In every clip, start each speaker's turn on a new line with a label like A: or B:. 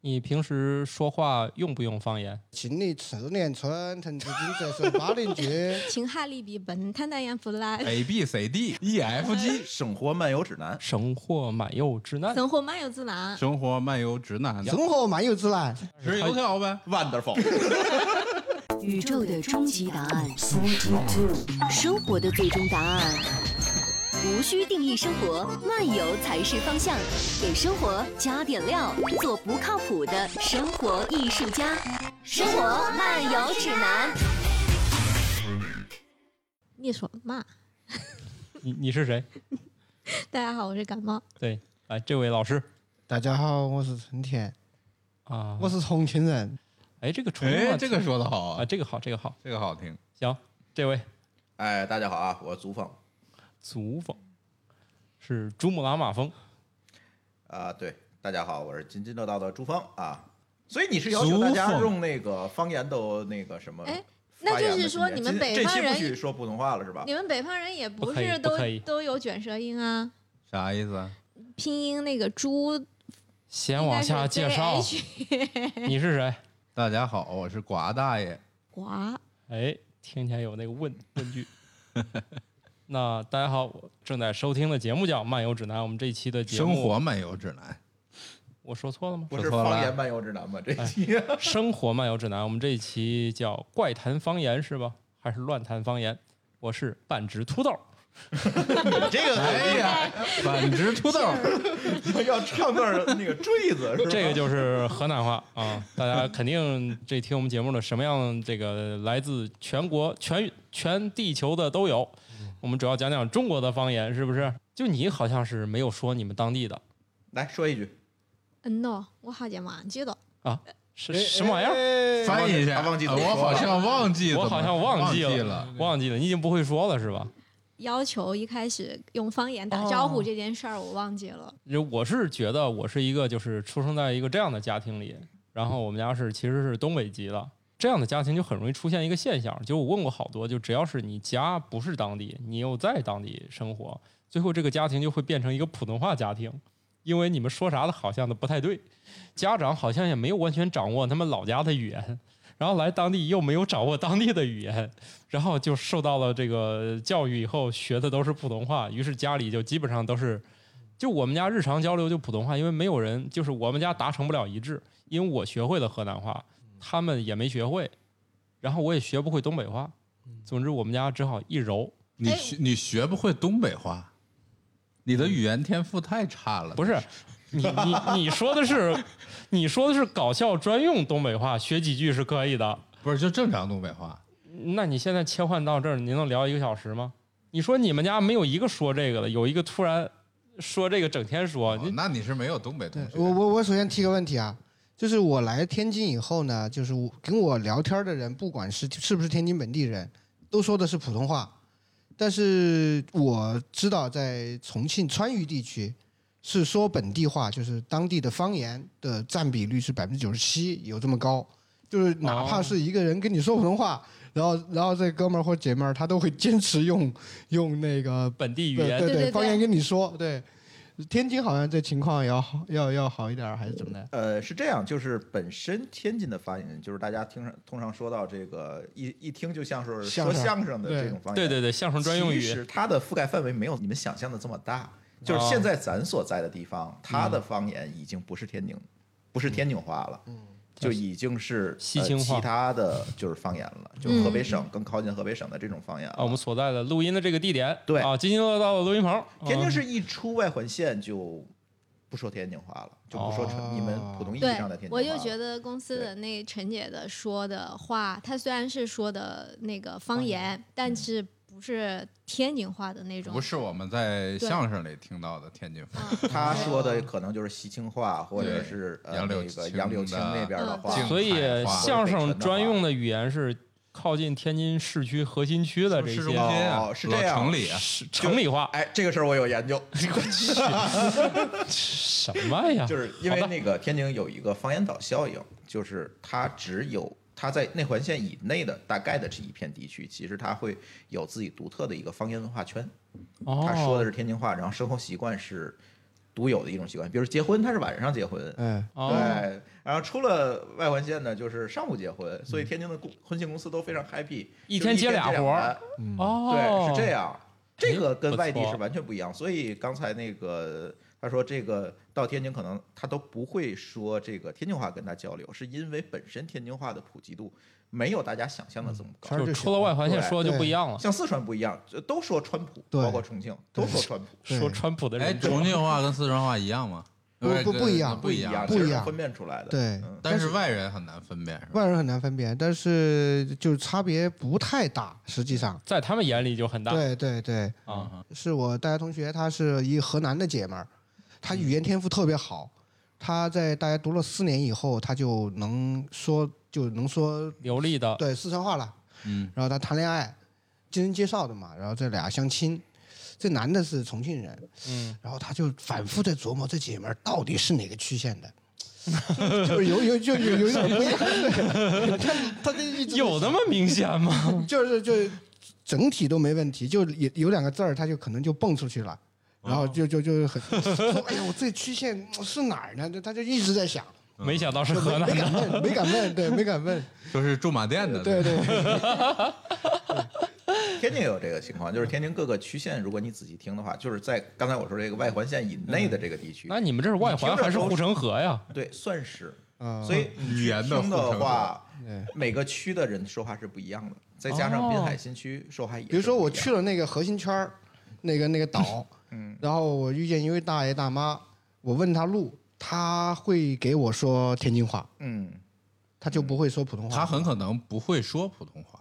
A: 你平时说话用不用方言？
B: 秦岭赤练村，城市景色是巴陵郡。
C: 秦汉利弊，本探大雁不来。
D: A B C D E F G
E: 生活漫游指南，
A: 生活满有指南，
C: 生活漫游指南，
D: 生活漫游指南，
B: 生活漫游指南，
D: 吃油条呗。
E: Wonderful，
F: 宇宙的终极答案，生活的最终答案。无需定义生活，漫游才是方向。给生活加点料，做不靠谱的生活艺术家。生活漫游指南。
C: 你说嘛？
A: 你你是谁？
C: 大家好，我是感冒。
A: 对，来这位老师
B: 大家好，我是春天，
A: 啊，
B: 我是重庆人。
A: 哎，这个重
D: 哎，
A: 啊
D: 这个说的好
A: 啊，
D: 啊，
A: 这个好，这个好，
D: 这个好听。
A: 行，这位
E: 哎，大家好啊，我祖峰
A: 祖峰是珠穆朗玛峰，
E: 啊，对，大家好，我是津津乐道的朱峰啊。所以你是要求大
D: 祖
E: 家
D: 峰
E: 用那个方言都那个什么发
C: 哎
E: 言
C: 那
E: 的瞬间？
C: 就是说你们
E: 今
C: 北
E: 这期
C: 方人
E: 不许说普通话了是吧
C: 你？们北方人也
A: 不
C: 不
A: 可以
C: 是
A: 不
C: 都
A: 可以
C: 都有卷舌音啊？
D: 啥意思啊？
C: 拼音那个猪
A: 先往下介绍，你是谁？
D: 大家好，我是瓜大爷。
C: 瓜
A: 哎，听起来有那个问问 句。那大家好，我正在收听的节目叫《漫游指南》，我们这一期的节目，
D: 生活漫游指南，
A: 我说错了吗？
E: 不是
D: 说错了
E: 方言漫游指南吗？这期
A: 生活漫游指南，我们这一期叫“怪谈方言”是吧？还是乱谈方言？我是半只土豆，
E: 你这个哎呀，
D: 反直土豆，
E: 要唱段儿那个坠子是吧？
A: 这个就是河南话啊！大家肯定这听我们节目的什么样？这个来自全国、全全地球的都有。我们主要讲讲中国的方言，是不是？就你好像是没有说你们当地的
E: 来说一句，
C: 嗯 no，我好像忘记了。
A: 啊？是什么玩意儿？
D: 翻译一下。
E: 他哎忘记
D: 呃
E: 怎么
D: 我
E: 说
D: 好
E: 了
D: 像忘记怎么，
A: 我好像
D: 忘
A: 忘记
D: 了。，
A: 忘记了，你已经不会说了是吧？
C: 要求一开始用方言打招呼这件事儿，我忘记了。
A: 就我是觉得我是一个就是出生在一个这样的家庭里，然后我们家是其实是东北籍的，这样的家庭就很容易出现一个现象，就我问过好多，就只要是你家不是当地，你又在当地生活，最后这个家庭就会变成一个普通话家庭，因为你们说啥的好像都不太对，家长好像也没有完全掌握他们老家的语言。然后来当地又没有掌握当地的语言，然后就受到了这个教育以后学的都是普通话，于是家里就基本上都是就我们家日常交流就普通话，因为没有人就是我们家达成不了一致，因为我学会了河南话，他们也没学会，然后我也学不会东北话。总之，我们家只好一揉，
D: 你
C: 哎
D: 学你学不会东北话，你的语言天赋太差了。
A: 不是你你你说的是你说的是搞笑专用东北话，学几句是可以的。
D: 不是，就正常东北话。
A: 那你现在切换到这儿，您能聊一个小时吗？你说你们家没有一个说这个的，有一个突然说这个，整天
E: 啊
A: 说，
D: 哦
A: 你
D: 那你是没有东北同
B: 对
D: 学。
B: 我我我首先提个问题啊，就是我来天津以后呢，就是我跟我聊天的人，不管是是不是天津本地人，都说的是普通话。但是我知道，在重庆川渝地区是说本地话，就是当地的方言的占比率是百分之九十七，有这么高。就是哪怕是一个人跟你说普通话，然后然后这哥们儿或姐们儿，他都会坚持用用那个
A: 本地语
B: 对
A: 言
B: 对
C: 对对对
B: 方言跟你说，对，天津好像这情况要好要要好一点儿，还是怎么的？
E: 呃，是这样，就是本身天津的发音，就是大家听上通常说到这个一一听就像是
B: 相
E: 说
B: 声
E: 相声的
B: 对
E: 这种方言，
A: 对对对，相声专用
E: 其
A: 语
E: 实它的覆盖范围没有你们想象的这么大。就是
A: 哦
E: 现在咱所在的地方，它
A: 嗯
E: 的方言已经不是天津，不是天津话了，
C: 嗯
E: 就已经是
A: 西
E: 呃
A: 京话
E: 其他的就是方言了，就河北
C: 嗯
E: 省更靠近河北省的这种方言了。
A: 啊，我们所在的录音的这个地点，
E: 对
A: 啊，津津乐道的录音棚，
E: 天津
A: 啊
E: 市一出外环线就不说天津话了，就不说成
B: 哦
E: 你们普通意义
C: 哦对
E: 上的天津，话
C: 我
E: 了。
C: 就觉得公司的那陈姐的说的话，她虽然是说的那个方言，但是不是天津话的那种
D: 不。是我们在
C: 对啊
D: 相声里听到的天津话。
E: 他说的可能就是西青话，或者是呃
D: 杨柳
E: 那个
D: 青
E: 杨柳青
D: 的
E: 那边的话
C: 嗯。
A: 啊所以
D: 静海话
A: 相声专用的语言是靠近天津市区核心区的这
D: 市中心
A: 些
D: 啊，
E: 哦是这样
D: 老城里啊，
A: 是城里话，
E: 哎，这个事儿我有研究，
A: 什么呀？
E: 就是因
A: 啊
E: 为
A: 好吧
E: 那个天津有一个方言岛效应，就是它只有它在内环线以内的大概的这一片地区，其实它会有自己独特的一个方言文化圈。他说的
A: 哦，
E: 是天津话，然后生活习惯是独有的一种习惯。比如结婚，他是晚上结婚，
B: 嗯，
A: 哦，
E: 对，然后出了外环线呢，就是上午结婚，所以天津的公婚庆公司都非常 happy，
A: 嗯一
E: 就
A: 天
E: 是
A: 接俩
E: 接
A: 活儿
E: 班，
B: 嗯
A: 哦，
E: 对，是这。样。这个跟
A: 不
E: 外地
A: 错
E: 是完全不一样，所以刚才那个他说这个到天津可能他都不会说这个天津话跟他交流，是因为本身天津话的普及度没有大家想象的这么高。
B: 全
A: 就是是
B: 这
A: 出了
B: 些
A: 外环线说的就
B: 对
A: 不一样了，
E: 像四川不一样，这都说川普，
B: 对
E: 包括重庆都说川普，
B: 对
A: 说川普的
D: 哎，
A: 人多
D: 重庆话跟四川话一样吗？
B: 不不
D: 是
B: 不一样
D: 跟
E: 不
D: 不
E: 一
D: 一
E: 样，
D: 样
B: 不。
E: 这
B: 一
E: 是
B: 样
E: 分辨出来的。
B: 对
E: 嗯
D: 但是外人很难分辨，是吧？
B: 外人很难分辨，但是就差别不太大，实际上。
A: 在他们眼里就很大
B: 对对对，
A: 啊。
B: 是我大学同学，她是一河南的姐们儿，她语言天赋特别好，她在大学读了四年以后，她就能说就能说
A: 流利的，
B: 对四川话了。
D: 嗯，
B: 然后她谈恋爱，经人介绍的嘛，然后这俩相亲，这男的是重庆人，
A: 嗯，
B: 然后她就反复在琢磨这姐们儿到底是哪个区县 的。就就是有有就有有一种不一样，对嗯她她就一直
A: 有那么明显吗？
B: 就是就是整体都没问题，就有有两个字儿，它就可能就蹦出去了，然后就就就很，说哎呀，我这区县是哪儿呢？就他就一直在想，
A: 没想到是
B: 就
A: 河南
B: 没没
A: 的，
B: 敢问，没敢问，对，没敢问，
D: 就是驻马店 的，
B: 对对对，
E: 天津也有这个情况，就是天津各个区县，如果你仔细听的话，就是在刚才我说这个外环线以内的这个地区，
A: 那你们这是外环还是护城河呀？
E: 对，算是。
B: 啊，
E: 所以
D: 语言的护
E: 听
D: 城
E: 的
D: 河
E: 话
B: 对，
E: 每个区的人说话是不一样的，再加上滨海新区说话也是不
B: 比
E: 一样的，
B: 如说我去了那个核心圈儿，那个那个岛，
E: 嗯，
B: 然后我遇见一位大爷大妈，我问他路，他会给我说天津话，
E: 嗯，
B: 他就不会说普通话，
D: 他很可能不会说普通话，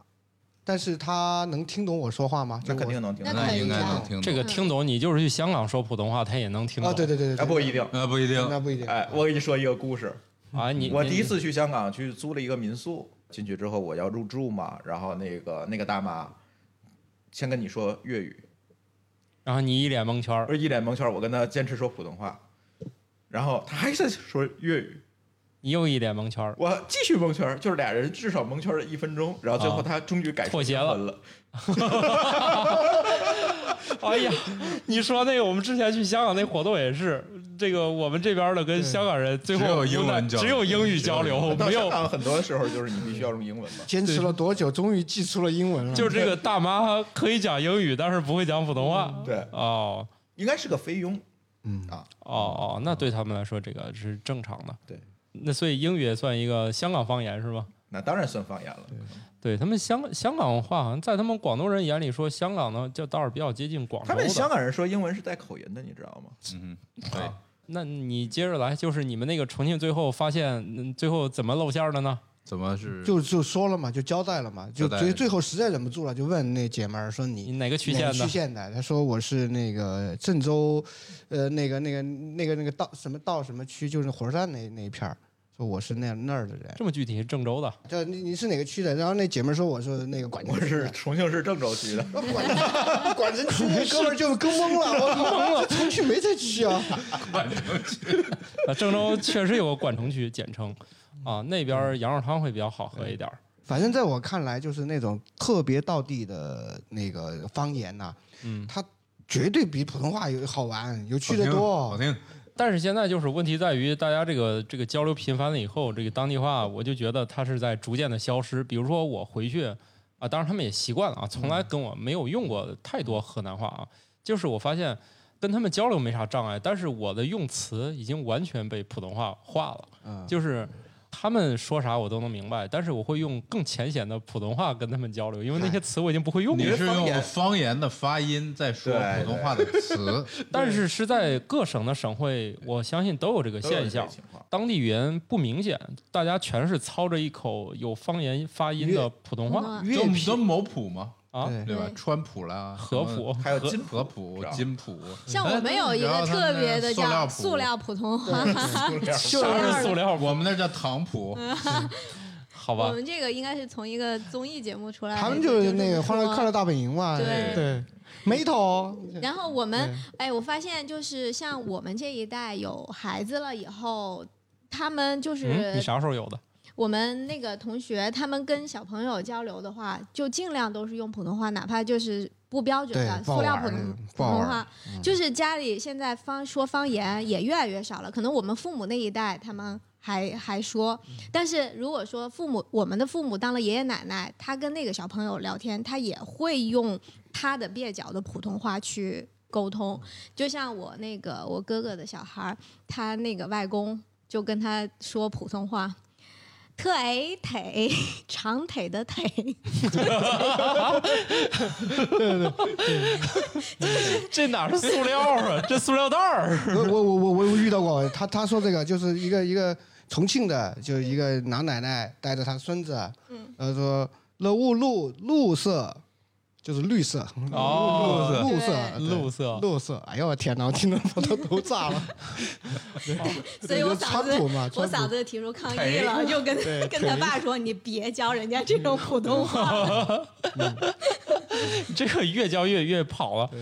B: 但是他能听懂我说话吗？就
E: 那
B: 我
E: 肯定能听
C: 那
E: 懂。
C: 可以
D: 应该
C: 啊
D: 能嗯听懂。
A: 这个听懂，你就是去香港说普通话，他也能听懂。
B: 啊，对对对对
E: 哎，
B: 对，
E: 不一定。
D: 呃不一定，
B: 那不一定，
E: 哎，我给你说一个故事。
A: 啊，你
E: 我第一
A: 你
E: 次去香港去租了一个民宿，进去之后我要入住嘛，然后那个那个大妈先跟你说粤语，
A: 然后你一脸蒙圈儿
E: 我一脸蒙圈，我跟她坚持说普通话，然后她还在说粤语，
A: 你又一脸蒙圈儿
E: 我继续蒙圈，就是俩人至少蒙圈了一分钟，然后最后
A: 啊
E: 她终于改成
A: 妥协
E: 英
A: 了
E: 文了。
A: 哎呀，你说那个，我们之前去香港那活动也是，这个我们这边的跟香港人最后
D: 只有英文
A: 无奈
D: 交流
A: 只有英语交
D: 只有
A: 流，
E: 到
A: 没
E: 香
A: 有。
E: 港很多时候就是你必须要用英文 嘛。
B: 坚持了多久，终于记出了英文了。
A: 就是这个大妈可以讲英语，但是不会讲普通话。
E: 对，
A: 哦
E: 应该是个菲佣，
B: 嗯
E: 啊，
A: 哦哦，那对他们来说这个是正常的。
E: 对，
A: 那所以英语也算一个香港方言是吧？
E: 那当然算方言了。
A: 对他们香香港话，好像在他们广东人眼里说香港呢，就倒是比较接近广州
E: 他
A: 的。
E: 们香港人说英文是带口音的，你知道 吗？
D: 嗯，对，
A: 啊那你接着来，就是你们那个重庆最后发现，嗯最后怎么露馅儿的呢？
D: 怎么是
B: 就就说了嘛，就交代了嘛，就
D: 交代
B: 最最后实在忍不住了，就问那姐们儿说
A: 你
B: 你
A: 哪个区
B: 哪
A: 县
B: 个
A: 的
B: 区？县的？她说我是那个郑州，呃，那个那个那个那个道什么道什么区，就是火车站那那一片儿。说我是那那儿的人，
A: 这么具体是郑州的，
B: 就你你是哪个区的？然后那姐们儿说我是那个管
E: 我
B: 城区
E: 是
B: 的。
E: 重庆市郑州区的，
B: 我管管城区那 哥们儿就跟懵了，我懵 了，重庆没这区啊。
A: 啊，郑州确实有个管城区，简称啊，那边儿羊肉汤会比较好喝一点儿。
B: 反正在我看来，就是那种特别道地的那个方言呐、
A: 嗯，
B: 它绝对比普通话有好玩，哦有趣
D: 去
B: 的
D: 好
B: 多。
D: 听，
A: 但是现在就是问题在于，大家这个这个交流频繁了以后，这个当地话，我就觉得它是在逐渐的消失。比如说我回去啊，当然他们也习惯了啊，从来跟我没有用过太多河南话啊，就是我发现跟他们交流没啥障碍，但是我的用词已经完全被普通话化了。
B: 嗯，
A: 就是他们说啥我都能明白，但是我会用更浅显的普通话跟他们交流，因为那些词我已经不会用
D: 你
A: 了。
D: 是
E: 方言
D: 用方言的发音在说
E: 对
D: 普通话的词，
A: 但是是在各省的省会，我相信都有这个
E: 都有
A: 现
E: 这
A: 象
E: 个。情况。
A: 当地语言不明显，大家全是操着一口有方言发音的普通
C: 普通
A: 话
C: 话
B: 粤
D: 就
B: 拼
D: 就某普嘛，
A: 啊，
B: 对
D: 对吧
C: 对？
D: 川普啦，
A: 合普
E: 还有金
D: 合普、金普，
C: 像我们有一
D: 然
C: 个
D: 后他
C: 特
D: 们
C: 别的
D: 塑料
C: 叫
D: 普
C: 塑料普通话，
E: 就
A: 啥是塑料
D: 我们那儿叫糖谱，
C: 嗯
A: 好
C: 我
A: 吧？
C: 们这个应该是从一个综艺节目出来的，
B: 他们
C: 就
B: 就是那个《
C: 这
B: 欢
C: 么
B: 乐
C: 说
B: 快乐大本营》嘛，
C: 对
B: 对，眉头
C: 然后我们，哎，我发现就是像我们这一代有孩子了以后，他们就
A: 嗯，
C: 是
A: 你啥时候有的？
C: 我们那个同学他们跟小朋友交流的话，就尽量都是用普通话，哪怕就是不标准
B: 对
C: 的，
B: 不好
C: 塑料
B: 玩
C: 普
B: 儿
C: 通
B: 不
C: 普
B: 好
C: 通
B: 玩儿
C: 话，就是家里现在方说方言也越来越少了，可能我们父母那一代他们还还说，但是如果说父母我们的父母当了爷爷奶奶，他跟那个小朋友聊天，他也会用他的蹩脚的普通话去沟通。就像我那个我哥哥的小孩儿，他那个外公就跟他说普通话。特哎腿， 长腿的腿，
A: 这哪是塑料啊？这塑料袋儿。
B: 我我我我我遇到过，他他说这个就是一个一个重庆的，就是一个老奶奶带着她孙子，嗯，他说了雾露露色，就是绿色，
A: 哦
B: 露色
C: 对，
B: 对
A: 露色
B: 露色，哎呦我天哪，我听得我都头炸了，
C: 所以我嗓
B: 川
C: 子
B: 普嘛，
C: 我
B: 川
C: 嗓
B: 普
C: 子提出抗议了，就跟 跟他爸说：“你别教人家这种
B: 嗯
C: 普通话。
A: 这个越教越越跑了。
B: 对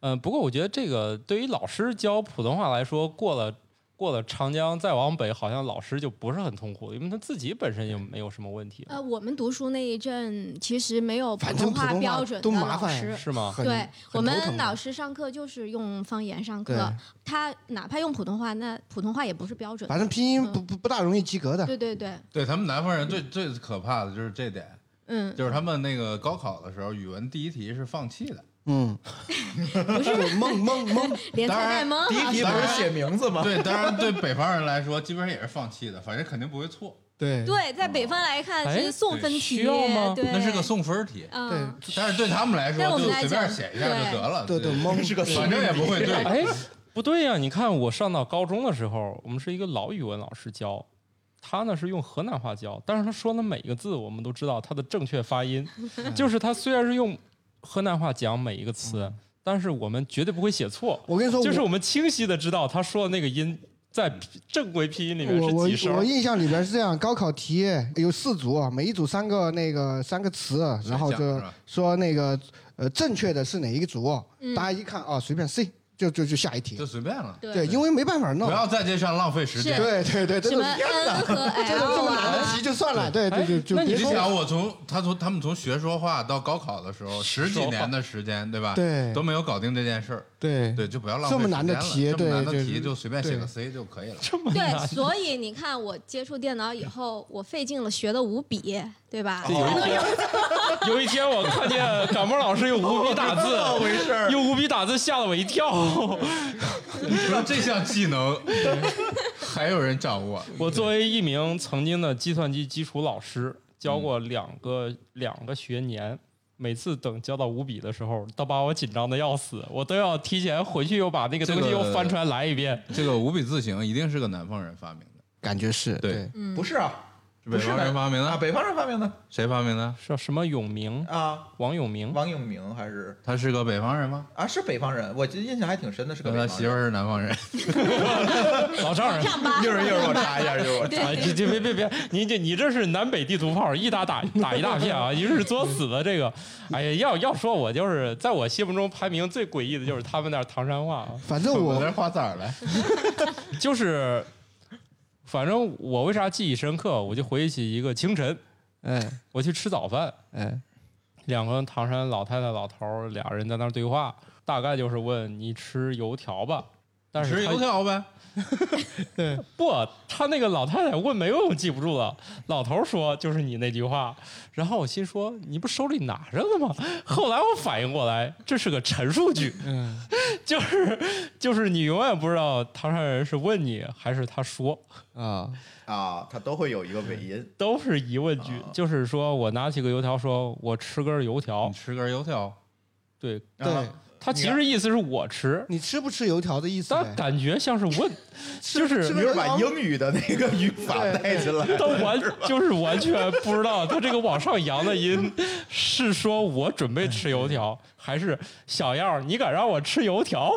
A: 嗯、不过我觉得这个对于老师教普通话来说，过了过了长江再往北，好像老师就不是很痛苦，因为他自己本身也没有什么问题”了，
C: 呃，我们读书那一阵其实没有
B: 嗯
C: 普
B: 反正普
C: 话
B: 通
C: 标
B: 话
C: 准的
B: 多麻
C: 老
B: 烦
C: 师
B: 呀，，
A: 是吗？
B: 很
C: 对我
B: 很头
C: 们
B: 疼的
C: 老师上课就是用方言上
B: 对
C: 课，他哪怕用普通话，那普通话也不是标准的。
B: 反正拼音不不不大容易及格的，
C: 对对对，
D: 对他们南方人最最可怕的就是这点，
C: 嗯，
D: 就是他们那个高考的时候，语文第一题是放弃的。
B: 嗯，不 是蒙蒙蒙，
C: 连
D: 当
C: 菜
D: 然
C: 带蒙
E: 第一
C: 啊什
E: 题不
C: 么
E: 是
C: 的
E: 写名字 吗？
D: 对，当然对北方人来说，基本上也是放弃的，反正肯定不会错。
B: 对
C: 对，在北方来看
A: 哎
C: 是送分
A: 对
C: 题，
A: 需要吗
C: 对，
D: 那是个送分题，
C: 嗯，
D: 但是对他们来说
C: 但我们
D: 就
C: 来
D: 随
C: 讲
D: 便写一下就得了。
B: 对对 蒙
E: 是个
B: 对
D: 反正也不会 对。
A: 哎，不对呀、你看我上到高中的时候，我们是一个老语文老师教。他呢是用河南话教，但是他说的每一个字，我们都知道它的正确发音。就是他虽然是用河南话讲每一个词，但是我们绝对不会写错。
B: 我跟你说，
A: 就是
B: 我
A: 我们清晰的知道他说的那个音在正规拼音里面
B: 我
A: 是
B: 我
A: 几声
B: 我
A: 儿。
B: 印象里边是这样，高考题有四组，啊每一组三个那个三个词，啊然后
D: 选项
B: 就是
D: 吧
B: 说那个呃正确的是哪一个组，
C: 嗯
B: 大家一看啊随便 C 就就就下一题
D: 就，随便了，
C: 对
B: 对，因为没办法弄
D: 不，要在这上浪费时间
C: 是。
B: 对对对，这
C: 什
B: 种
C: 么 N 和
B: 这种这
C: L
B: 么难的
C: 啊
B: 题，就算了，对
A: 哎
B: 对就就
A: 那你
B: 别
D: 你
B: 说
D: 想，我从他从他们从学说话到高考的时候，十几年的时间，对吧？
B: 对
D: 都没有搞定这件事儿。
B: 对
D: 对，就不要浪费
B: 这么难的
D: 时间了
B: 题
D: 这么难
B: 对
D: 的
B: 就是
D: 题就随便写
B: 对
D: 个 C 就可以了。
C: 对，所以你看，我接触电脑以后，我费劲了学的五笔，对吧？
D: 哦
A: 这有一天，有一天我看见感冒老师用五笔打
B: 哦
A: 字，
E: 怎么回事儿？
A: 用五笔打字吓了我一 跳。
D: 你说这项技 能还有人掌握？
A: 我作为一名曾经的计算机基础老师，教过
D: 嗯
A: 两个、两个学年。每次等教到五笔的时候，都把我紧张的要死，我都要提前回去又把那个东西
D: 这个
A: 又翻出来来一遍。
D: 这个五笔字形一定是个南方人发明的，
B: 感觉是
D: 对
B: 对，
E: 不是啊，
D: 是北
E: 不是
D: 方
E: 的
D: 人发明
E: 啊，
D: 的。
E: 北方人发明的
D: 谁发明的？
A: 是什么永明？
E: 啊，
A: 王永明？
E: 王永明还是
D: 他是个北方人吗？
E: 啊，是北方人，我记得印象还挺深的，是个
D: 那
E: 北
D: 他啊
E: 方人。
D: 媳妇儿是南 方人。
A: 老丈 人？
C: 上吧，
E: 一会儿一会儿我查一下，一会儿我查。
A: 啊，这这别别别，你这你这是南北地图炮，一打打打一大片啊，你这是作死的这个。哎呀，要要说我就是在我心目中排名最诡异的就是他们那儿唐山话啊，
B: 反正
D: 我
B: 我
D: 这画咋来？
A: 就是反正我为啥记忆深刻，我就回忆起一个清晨，
B: 哎
A: 我去吃早饭，
B: 哎
A: 两个唐山老太太老头儿俩人在那儿对话，大概就是问你吃油条吧。但是
D: 吃
A: 他
D: 油条呗。
A: 不，他那个老太太问没问我记不住了。老头儿说就是你那句话，然后我心说你不手里拿着呢吗？ 后来我反应过来，这是个陈述句，
B: 嗯，
A: 就是就是你永远不知道唐山人是问你还是他说，
B: 啊
E: 啊，他都会有一个尾音。
A: 都是疑问句
E: 啊。
A: 就是说我拿起个油条说，我吃根油条
D: 你。吃根油条，
A: 对
B: 对
E: 啊，
A: 他其实意思是我吃，
B: 你吃不吃油条的意思
A: 但
B: 呗？
A: 感觉像是问，就是
B: 吃根
E: 你是
B: 油
E: 把
B: 条
E: 英语的那个语法带进来
A: 他
E: 了。
A: 完就是完全不知道他这个往上扬的音是说我准备吃油条，还是小样儿你敢让我吃油条？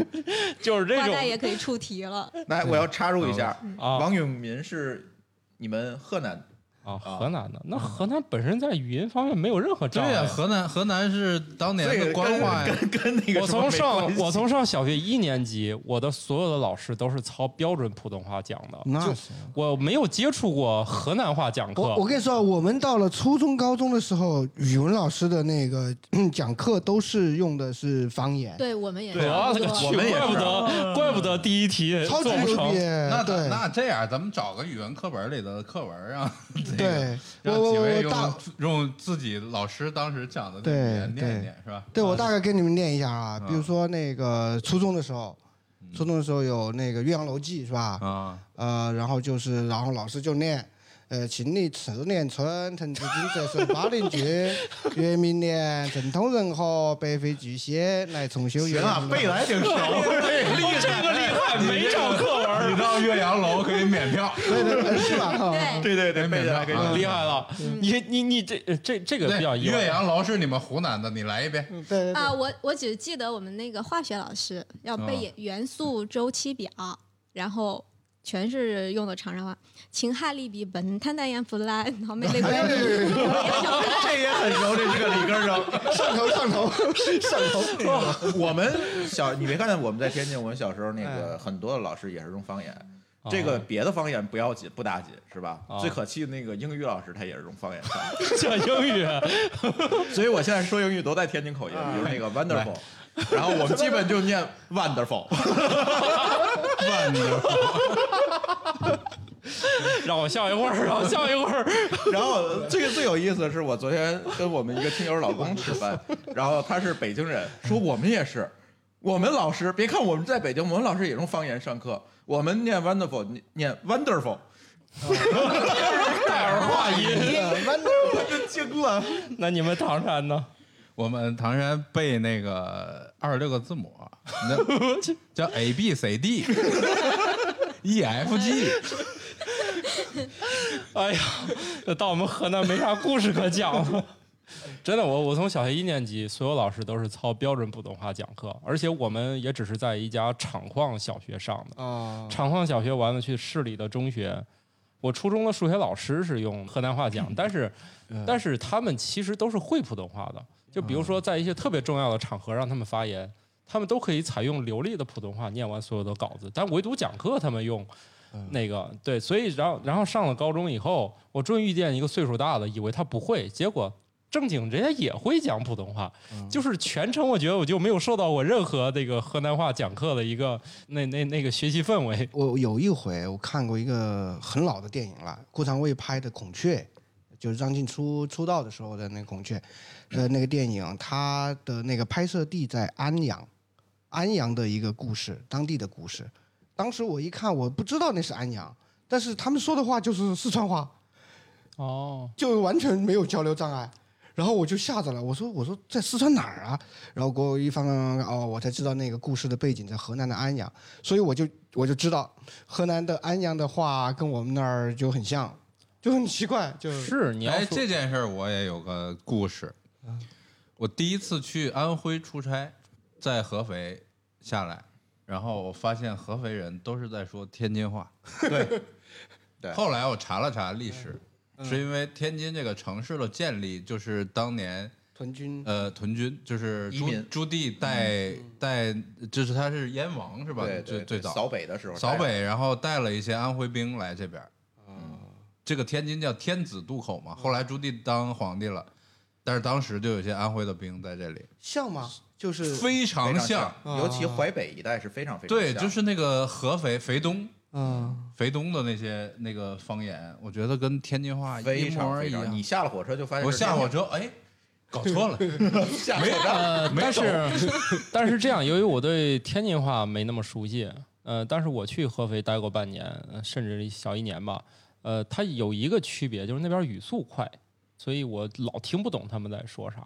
A: 就是这
C: 大
A: 种
C: 概也可以 出题了。
E: 来，我要插入一下，
A: 啊，
E: 王永民是你们河南
A: 啊，河南的那河南本身在语音方面没有任何障
D: 对
A: 碍啊。
D: 呀，河南河南是当年
E: 这
D: 的
E: 个
D: 官话呀，
E: 跟跟那个
A: 我
E: 什么
A: 从
E: 没
A: 上
E: 关系
A: 我从上小学一年级，我的所有的老师都是操标准普通话讲的，
B: 那
A: 就是我没有接触过河南话讲课
B: 我。我跟你说啊，我们到了初中、高中的时候，语文老师的那个 讲课都是用的是方言，
C: 对我们也
E: 对
A: 我
E: 啊
A: 勒个
E: 我
A: 去！
E: 们也
A: 怪不
E: 是
A: 得，怪不得第一题
B: 啊 超级
A: 做不
B: 牛逼
A: 成。。
D: 那
B: 对
D: 那这样，咱们找个语文课本里的课文啊，这个
B: 对，我
D: 让
B: 我
D: 几
B: 我
D: 位
B: 我
D: 用
B: 大
D: 用自己老师当时讲的那
B: 对
D: 语言
B: 对
D: 念一念，是吧？
B: 对我
D: 啊
B: 大概跟你们念一下啊，
D: 嗯
B: 比如说那个初中的时候，初中的时候有那个《岳阳楼记》是吧？
D: 啊，
B: 呃，然后就是然后老师就念。呃，秦历十年春，滕子京折射巴陵郡，圆明年，郑通人和，百废俱歇，乃重修
E: 行
B: 岳阳
E: 啊，
B: 楼。
E: 背的还挺熟，厉害，这个厉害，
A: 没找课文儿，
D: 你到岳阳楼可以免票，
B: 对对对， 是吧？
C: 对
E: 对对对，背的还可以。
B: 嗯
A: 厉害了！你你你这呃这这个
D: 对
A: 比较，意外。
D: 岳阳楼是你们湖南的，你来一遍。
B: 嗯对对对。
C: 啊，我我只记得我们那个化学老师要
D: 啊
C: 背元素周期表，然后全是用的长沙话，秦汉利比苯碳氮盐氟拉，然后没 哎那个
D: 哎
E: 这也很熟，这是个里根扔。
B: 上头上头上头，
E: 我们小，你别看我们在天津，我们小时候那
A: 哎
E: 个很多的老师也是用方言。这个别的方言不要紧，不打紧，是吧？
A: 哦
E: 最可气的那个英语老师，他也是用 方言上的，
A: 讲英语，
E: 所以我现在说英语都带天津口音，比 如那个 wonderful，然后我们基本就念 wonderful，
A: 让我笑一会儿，让我笑一会儿。
E: 然后这个最有意思的是，我昨天跟我们一个听友老公吃饭，然后他是北京人，说我们也是，我们老师别看我们在北京，我们老师也用方言上课，我们念 wonderful 念念 wonderful，
A: 带儿化 音。
E: 我真惊了。
A: 那你们唐山呢？
D: 我们唐山背那个二十六个字母，那叫 A B C D E F G，
A: 哎呀，那到我们河南没啥故事可讲了。 真的，我我从小学一年级，所有老师都是操标准普通话讲课，而且我们也只是在一家厂矿小学上的。
B: 啊，
A: 厂矿小学完了去市里的中学，我初中的数学老师是用河南话讲，但是但是他们其实都是会普通话的。就比如说在一些特别重要的场合让他们发言，他们都可以采用流利的普通话念完所有的稿子，但唯独讲课他们用。那个对，所以然后然后上了高中以后，我终于遇见一个岁数大的，以为他不会，结果正经人家也会讲普通话，就是全程我觉得我就没有受到过任何那个河南话讲课的一个那那那个学习氛围，
B: 我有一回我看过一个很老的电影了，顾长卫拍的《孔雀》，就是张晋出出道的时候的那个《孔雀》，呃，那个电影它的那个拍摄地在安阳，安阳的一个故事，当地的故事。当时我一看，我不知道那是安阳，但是他们说的话就是四川话，
A: 哦，
B: 就完全没有交流障碍。然后我就吓着了，我说我说在四川哪儿啊？然后给我一翻翻翻，哦，我才知道那个故事的背景在河南的安阳，所以我就我就知道河南的安阳的话跟我们那儿就很像，就很奇怪，就是
A: 你要
D: 哎，
A: 说
D: 这件事儿我也有个故事。我第一次去安徽出差，在合肥下来，然后我发现合肥人都是在说天津话。
E: 对， 对
D: 后来我查了查历史，是因为天津这个城市的建立，就是当年
B: 屯军
D: 呃屯军，就是
E: 移
D: 朱
E: 民
D: 朱棣带带，就是他是燕王是吧？
E: 对
D: 最
E: 对，
D: 最
E: 对
D: 早
E: 扫北的时候，哦
D: 扫北，然后带了一些安徽兵来这边。嗯这个天津叫天子渡口嘛，后来朱棣当皇帝了，但是当时就有些安徽的兵在这里，
B: 像吗？就是
D: 非常
E: 非常
D: 像
E: 像。，尤其
A: 啊
E: 淮北一带是非常非常
D: 对，
E: 像
D: 就是那个合肥肥东，
B: 嗯，
D: 肥东的那些那个方言，我觉得跟天津话一
E: 非
D: 模
E: 常
D: 儿
E: 非
D: 一
E: 常。你
D: 样。
E: 下了火车就发现
D: 我
E: 是
D: 下
E: 那
D: 火
E: 样
D: 车，啊哎，搞错 了，
E: 下火车，
A: 呃，但是 但是这样，由于我对天津话没那么熟悉，呃，但是我去合肥待过半年，呃甚至小一年吧，呃，它有一个区别就是那边语速快，所以我老听不懂他们在说啥。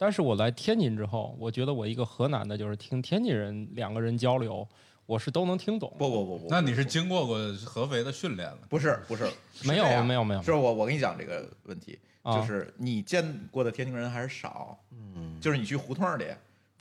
A: 但是我来天津之后，我觉得我一个河南的，就是听天津人两个人交流，我是都能听懂。
E: 不不不不，
D: 那你是经过过合肥的训练了？
E: 不是不是
A: 没有没有没有
E: 是我我跟你讲这个问题，
A: 啊
E: 就是你见过的天津人还是少，嗯，就是你去胡同里，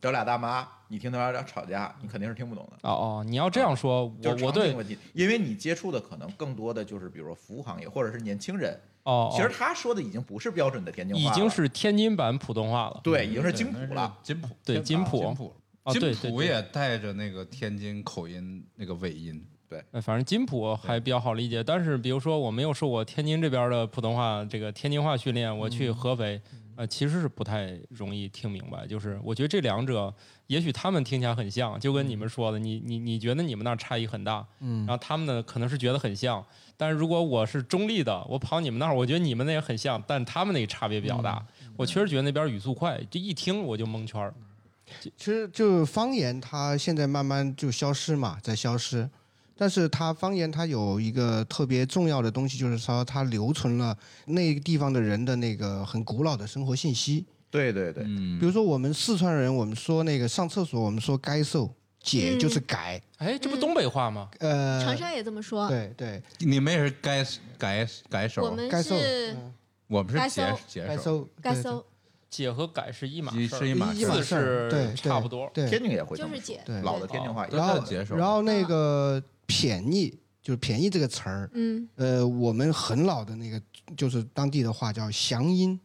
E: 有俩大妈，你听他们俩吵架，你肯定是听不懂的。
A: 哦哦，你要这样说，我
E: 就是
A: 我
E: 场
A: 对
E: 景问题，因为你接触的可能更多的就是，比如说服务行业或者是年轻人，
A: 哦，
E: 其实
A: 哦
E: 他说的已经不是标准的天津话
A: 已
E: 了，
A: 经是天津版普通话了。
E: 对，已经是
D: 对
E: 京
D: 那
E: 普了。
D: 金普
A: 对
D: 金
A: 金普
D: 金普
A: 啊对
D: 金
A: 对
D: 普
A: 对
D: 也带着那个天津口音那个尾音，
A: 呃，反正津普还比较好理解，但是比如说我没有受过天津这边的普通话这个天津话训练，我
E: 嗯
A: 去合肥，呃，其实是不太容易听明白。就是我觉得这两者，也许他们听起来很像，就跟你
E: 嗯
A: 们说的，你你你觉得你们那儿差异很大，
B: 嗯
A: 然后他们呢可能是觉得很像，但是如果我是中立的，我跑你们那儿，我觉得你们那也很像，但他们那个差别比较大。
E: 嗯
A: 我确实觉得那边语速快，这一听我就蒙圈儿。
B: 其实就方言，它现在慢慢就消失嘛，在消失。但是它方言它有一个特别重要的东西，就是说它留存了那个地方的人的那个很古老的生活信息。
E: 对对对，
D: 嗯
B: 比如说我们四川人，我们说那个上厕所，我们说“该受”，解
C: 嗯
B: 就是改，
A: 哎，
E: 嗯
A: 这不东北话吗？
B: 呃
C: 长，沙也这么说。
B: 对对，
D: 你们也是改改改手，
C: 我们
B: 该搜嗯
C: 是
D: 我们
C: 该
D: 是
C: 搜
D: 解
B: 该
D: 解手，
B: 收，
C: 该
B: 对
C: 搜，
A: 解和改是一码
D: 一
A: 事
D: 是一
A: 儿，
D: 码
B: 一
D: 事
B: 码
A: 字
D: 儿，
B: 事儿对
A: 是差不多。
B: 对
E: 天津也会这
C: 就
E: 么
C: 是
E: 说
C: 解。
B: 对。
E: 老的天津
A: 哦
E: 话也
D: 对
B: 然后
D: 都叫解手
B: 然后那个便宜，就是便宜这个词儿，
C: 嗯，
B: 呃，我们很老的那个就是当地的话叫祥音，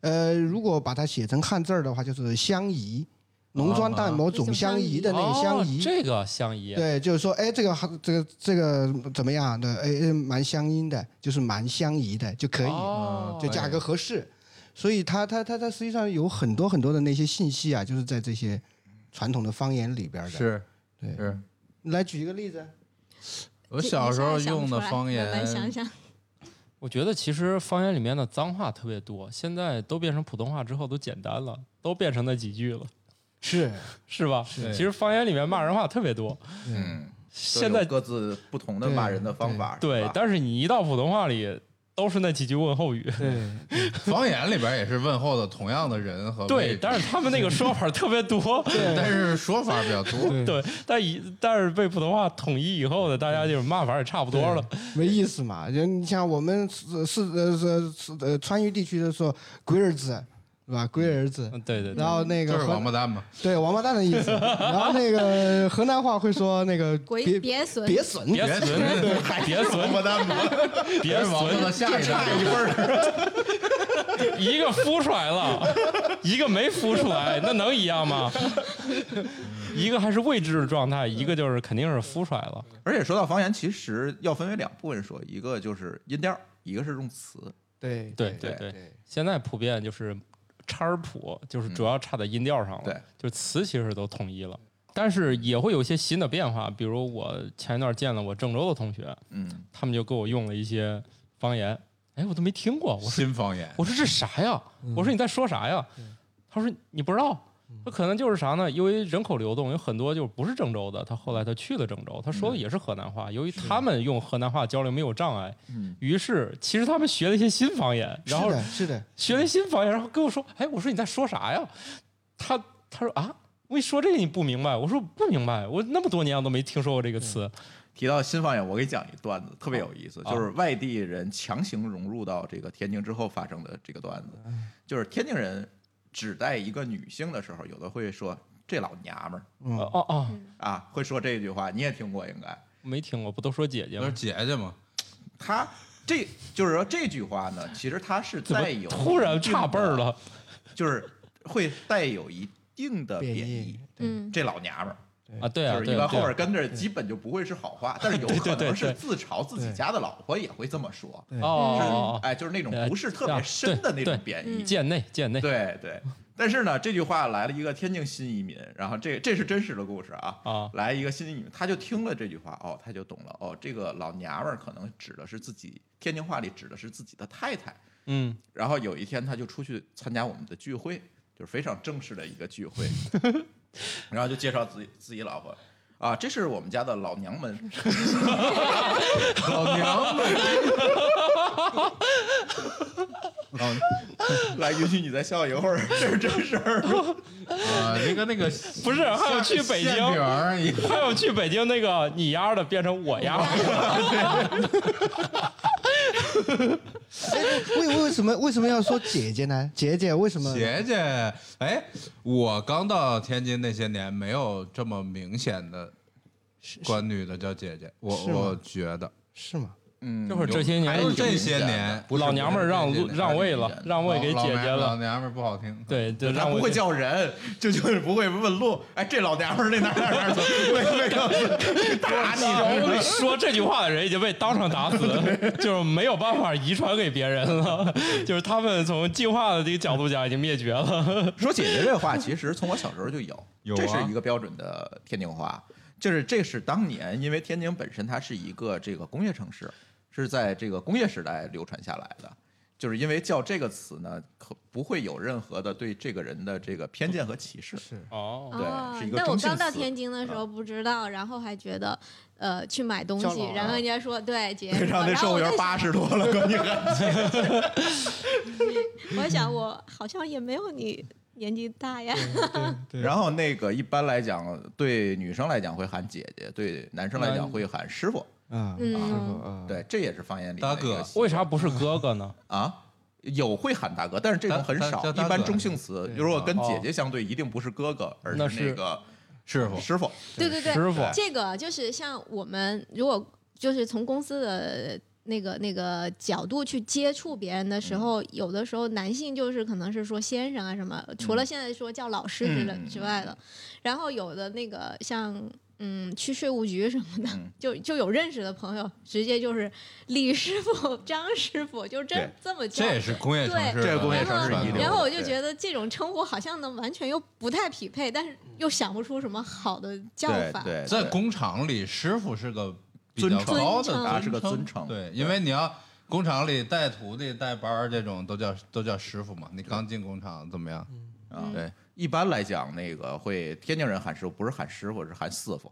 B: 呃，如果把它写成汉字儿的话，就是相宜，浓妆淡抹总相宜的那个相宜。
A: 啊哦、这个相宜，
B: 对，就是说，哎，这个这个这个怎么样的？哎，哎蛮相应的，就是蛮相宜的就可以。
A: 哦
B: 就价格合适。所以它它它它实际上有很多很多的那些信息啊，就是在这些传统的方言里边的。，
D: 是
B: 对
D: 是。
B: 来举一个例子，
D: 我
C: 这
D: 小
C: 一
D: 时
C: 下
D: 候
C: 想不
D: 用
C: 出
D: 的
C: 来
D: 方言，
C: 慢慢想想，
A: 我觉得其实方言里面的脏话特别多，现在都变成普通话之后都简单了，都变成那几句了，
B: 是
A: 是吧？
D: 是
A: 其实方言里面骂人话特别多，
E: 嗯，都有
A: 现在
E: 各自不同的骂人的方法，是
A: 对
E: 吧，
A: 但是你一到普通话里都是那几句问候语。
B: 对，
D: 方言里边也是问候的同样的人和位
A: 对，
D: 置
A: 但是他们那个说法特别多，
D: 但是说法比较多。
A: 对，但以但是被普通话统一以后呢，大家就是骂法也差不多了。
B: 没意思嘛。人你像我们是是呃是是呃川渝地区的说“龟儿子”，是吧？“龟儿子
A: 嗯，对对”，对
B: 然，后那
D: 就
B: 个
D: 是
B: 河
D: 王八蛋嘛，
B: 对王八蛋的意思。然后那个河南话会说那个
C: 鬼
B: 别
C: 别损，
B: 别损，
A: 别损，别
D: 王
A: 损，
D: 八蛋嘛，
A: 别
D: 是王八
A: 损，
D: 蛋下一代
A: 一个孵出来了，一个没孵出来，那能一样吗？一个还是未知的状态，一个就是肯定是孵出来了。
E: 而且说到方言，其实要分为两部分说，一个就是音调，一个是用词。
B: 对
A: 对
B: 对
A: 对，现在普遍就是差儿谱，就是主要差在音调上了。
E: 对，
A: 就词其实都统一了，但是也会有一些新的变化。比如我前一段见了我郑州的同学，
E: 嗯，
A: 他们就给我用了一些方言，哎，我都没听过。我说
D: 新方言，
A: 我说这啥呀？我说你在说啥呀？他说你不知道，他可能就是啥呢？由于人口流动，有很多就不是郑州的，他后来他去了郑州，他说的也是河南话。由于他们用河南话交流没有障碍，
E: 嗯
A: 于是其实他们学了一些新方言，然后
B: 是的，是的，
A: 学了一新方言，然后跟我说：“哎，我说你在说啥呀？”他他说啊。我一说这个你不明白，我说不明白，我那么多年都没听说过这个词。
E: 提到新方言，我给你讲一段子，特别有意思，
A: 啊
E: 就是外地人强行融入到这个天津之后发生的这个段子，
A: 嗯
E: 就是天津人指代一个女性的时候，有的会说这老娘们儿
B: 嗯
A: 哦，哦哦，
E: 啊，会说这句话，你也听过应该。
A: 没听过，不都说姐姐
D: 都是
A: 吗？
D: 姐姐嘛，
E: 他这就是说这句话呢，其实它是
A: 怎么
E: 带有
A: 突然差辈儿
E: 一定的，
A: 了？
E: 就是会带有一定的贬
B: 贬
E: 义
B: 义。，
C: 嗯，
E: 这老娘们儿，
A: 啊，对啊，
E: 就是
A: 对
E: 一
A: 啊，
E: 般
A: 对
E: 后
A: 啊
E: 面跟着基本就不会是好话，但是有可
A: 对对
E: 能
A: 对
E: 是
A: 对
E: 自嘲自己家的老婆也会这么说，
A: 哦哦哦
E: 哎，就是那种
A: 呃
E: 不是特别深的那
A: 对
E: 种
A: 对
E: 贬
A: 哦，
E: 义，
A: 贱内贱内
E: 对对。但是呢，这句话来了一个天津新移民，然后这这是真实的故事啊，
A: 啊，
E: 来一个新移民，他就听了这句话，哦，他就懂了，哦，这个老娘们儿可能指的是自己天津话里指的是自己的太太，
A: 嗯，
E: 然后有一天他就出去参加我们的聚会，就是非常正式的一个聚 会，然后就介绍自己自己老婆。啊，这是我们家的老娘 们，
D: 老娘们儿，
E: 来允许你再笑一会儿，这是真事儿。
D: 啊，那个那个
A: 不是，还有去北京
D: 馅，饼儿一个
A: 还有去北京那个你丫的变成我丫的，
B: 为为什么为什么要说姐姐呢？姐姐为什么？
D: 姐姐，哎，我刚到天津那些年，没有这么明显的管女的叫姐姐，我
B: 是吗
D: 我觉得
B: 是吗？
E: 嗯，
A: 这会儿这些
D: 还
A: 年
D: 有
E: 挺
D: 这
E: 明
D: 些
E: 显的
D: 年，
E: 不是
A: 老
E: 不
A: 娘
E: 是
A: 们儿让
E: 这些
A: 路
E: 年
A: 让
E: 还是
A: 位
E: 挺
A: 了
E: 明显的
A: 让位给
D: 老
A: 姐
D: 娘
A: 姐
D: 老
A: 了
D: 娘们儿不好听，
A: 对，对，
E: 他
A: 让
E: 不
A: 我
E: 会叫人，就就是不会问路。哎，这老娘们儿那哪儿哪儿哪儿走，为为什么打你？
A: 说这句话的人已经被当场打死， 就是没有办法遗传给别人了。就是他们从进化的这个角度讲，已经灭绝了。
E: 说姐姐这话，其实从我小时候就有，
D: 有啊
E: 这是一个标准的天津话，就是这是当年因为天津本身它是一个这个工业城市，是在这个工业时代流传下来的。就是因为叫这个词呢，可不会有任何的对这个人的这个偏见和歧视。
B: 是
A: 哦，
E: 对
C: 哦
E: 是一，个
C: 但我
E: 中性
C: 刚到
E: 词嗯
C: 天津的时候不知道，然后还觉得，呃，去买东
B: 叫
C: 西
B: 老，啊
C: 然后人家说 对姐，
E: 对，让那
C: 然
E: 售
C: 后
E: 货
C: 我
E: 员
C: 在
E: 八十多了，管你喊姐
C: 我想我好像也没有你年纪大呀。
E: 嗯
B: 对
E: 然后那个一般来讲，对女生来讲会喊姐姐，对男生来讲会喊师傅。
B: 啊，
C: 嗯
B: 师傅啊，
E: 对，这也是方言里的一个
D: 大哥
E: 习惯
A: 为啥不是哥哥呢？
E: 啊？有会喊大哥，但是这种很
D: 大
E: 少，
D: 大大
E: 一般中性词
B: 对
E: 如果跟
A: 哦
E: 姐姐相对，一定不是哥哥，而
A: 那
E: 是
A: 是
E: 那个
D: 师傅
E: 师傅。
C: 对对对，
A: 师傅
C: 这个就是像我们如果就是从公司的那个那个角度去接触别人的时
E: 嗯
C: 候，有的时候男性就是可能是说先生啊什么，除了现在说叫老师之类
E: 嗯嗯嗯嗯
C: 之外的，然后有的那个像。嗯，去税务局什么的，
E: 嗯
C: 就就有认识的朋友，直接就是李师傅、张师傅，就这
E: 对
C: 这么叫。
D: 这也是工业城市的，
E: 对这个工业城市一流
C: 然后我就
E: 对
C: 觉得这种称呼好像呢，完全又不太匹配，但是又想不出什么好的叫
E: 对
C: 法。
E: 对，
D: 在
E: 对
D: 工厂里，师傅是个比较
E: 尊称
D: 高
C: 尊称
D: 的
E: 啊是个尊称
D: 对，因为你要工厂里带徒弟、带班儿这种都叫都叫师傅嘛。你刚进工厂怎么样？
E: 啊
C: 嗯
E: 对，一般来讲，那个会天津人喊师傅，不是喊师傅，是喊师傅。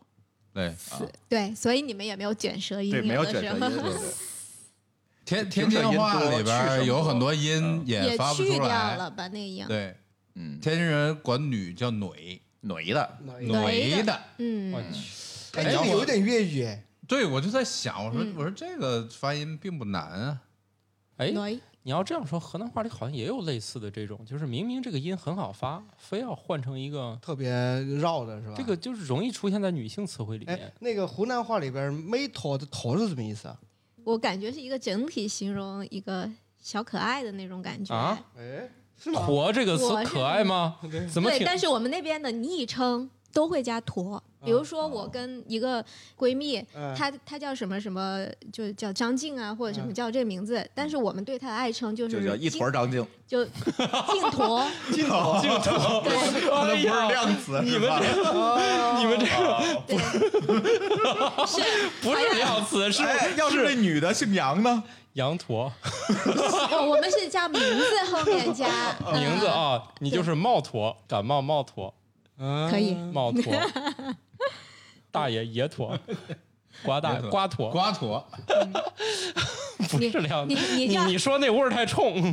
D: 对，
E: 啊，
C: 对，所以你们也没有卷舌音，
E: 对，没有
C: 有
E: 卷
C: 的
E: 舌
C: 时
E: 音
C: 候
E: 对。对对
D: 天
E: 平
D: 天
E: 舌
D: 津话
E: 音多
D: 里边
E: 去
D: 儿
E: 声
D: 有
E: 多
D: 很多音
E: 嗯
D: 也
C: 也
D: 发不
C: 去
D: 出
C: 掉
D: 来。
C: 了吧那样。
D: 对，
E: 嗯，
D: 天津人管女叫女，
E: 女的，
D: 女
C: 女
D: 的。
A: 我
C: 嗯，
A: 去，
B: 哎，这个有点粤语哎，
D: 对，我就在想，我说
C: 嗯
D: 我说这个发音并不难啊。
A: 哎，
C: 对
A: 你要这样说，河南话里好像也有类似的这种，就是明明这个音很好发，非要换成一个，
B: 特别绕的是吧？
A: 这个就是容易出现在女性词汇里
B: 哎
A: 面。，
B: 那个湖南话里边没头的头是什么意思啊？
C: 我感觉是一个整体形容一个小可爱的那种感觉。
A: 啊
B: 哎，是吗？
A: 驼这个词
C: 我是
A: 可爱吗？怎么
C: 对，
A: 挺
C: 但是我们那边的昵称都会加“驼”，比如说我跟一个闺蜜，
B: 嗯
C: 她她叫什么什么，就叫张静啊，或者什么
B: 嗯
C: 叫这名字，但是我们对她的爱称就是
E: 就叫一
C: 静
E: 坨儿张静，
C: 就静驼，
B: 镜头，
A: 净驼？
C: 对
A: 哎
E: 那不是
A: 呀，
E: 量词，
A: 你
E: 是
A: 们
E: 吧
A: 这你们这
E: 啊
C: 对，是
A: 不是量词，是
E: 哎，要是那女的姓杨呢？
A: 羊驼。
C: 哦，我们是加名字后面加嗯
A: 名字，啊，你就是冒驼，感冒冒驼，
B: 嗯
C: 可以
A: 冒驼，大爷野驼，瓜大
D: 野驼
A: 瓜驼，
D: 瓜驼，
A: 不是两
C: 你你
A: 你
C: 叫
A: 你说那味儿太冲，
C: 你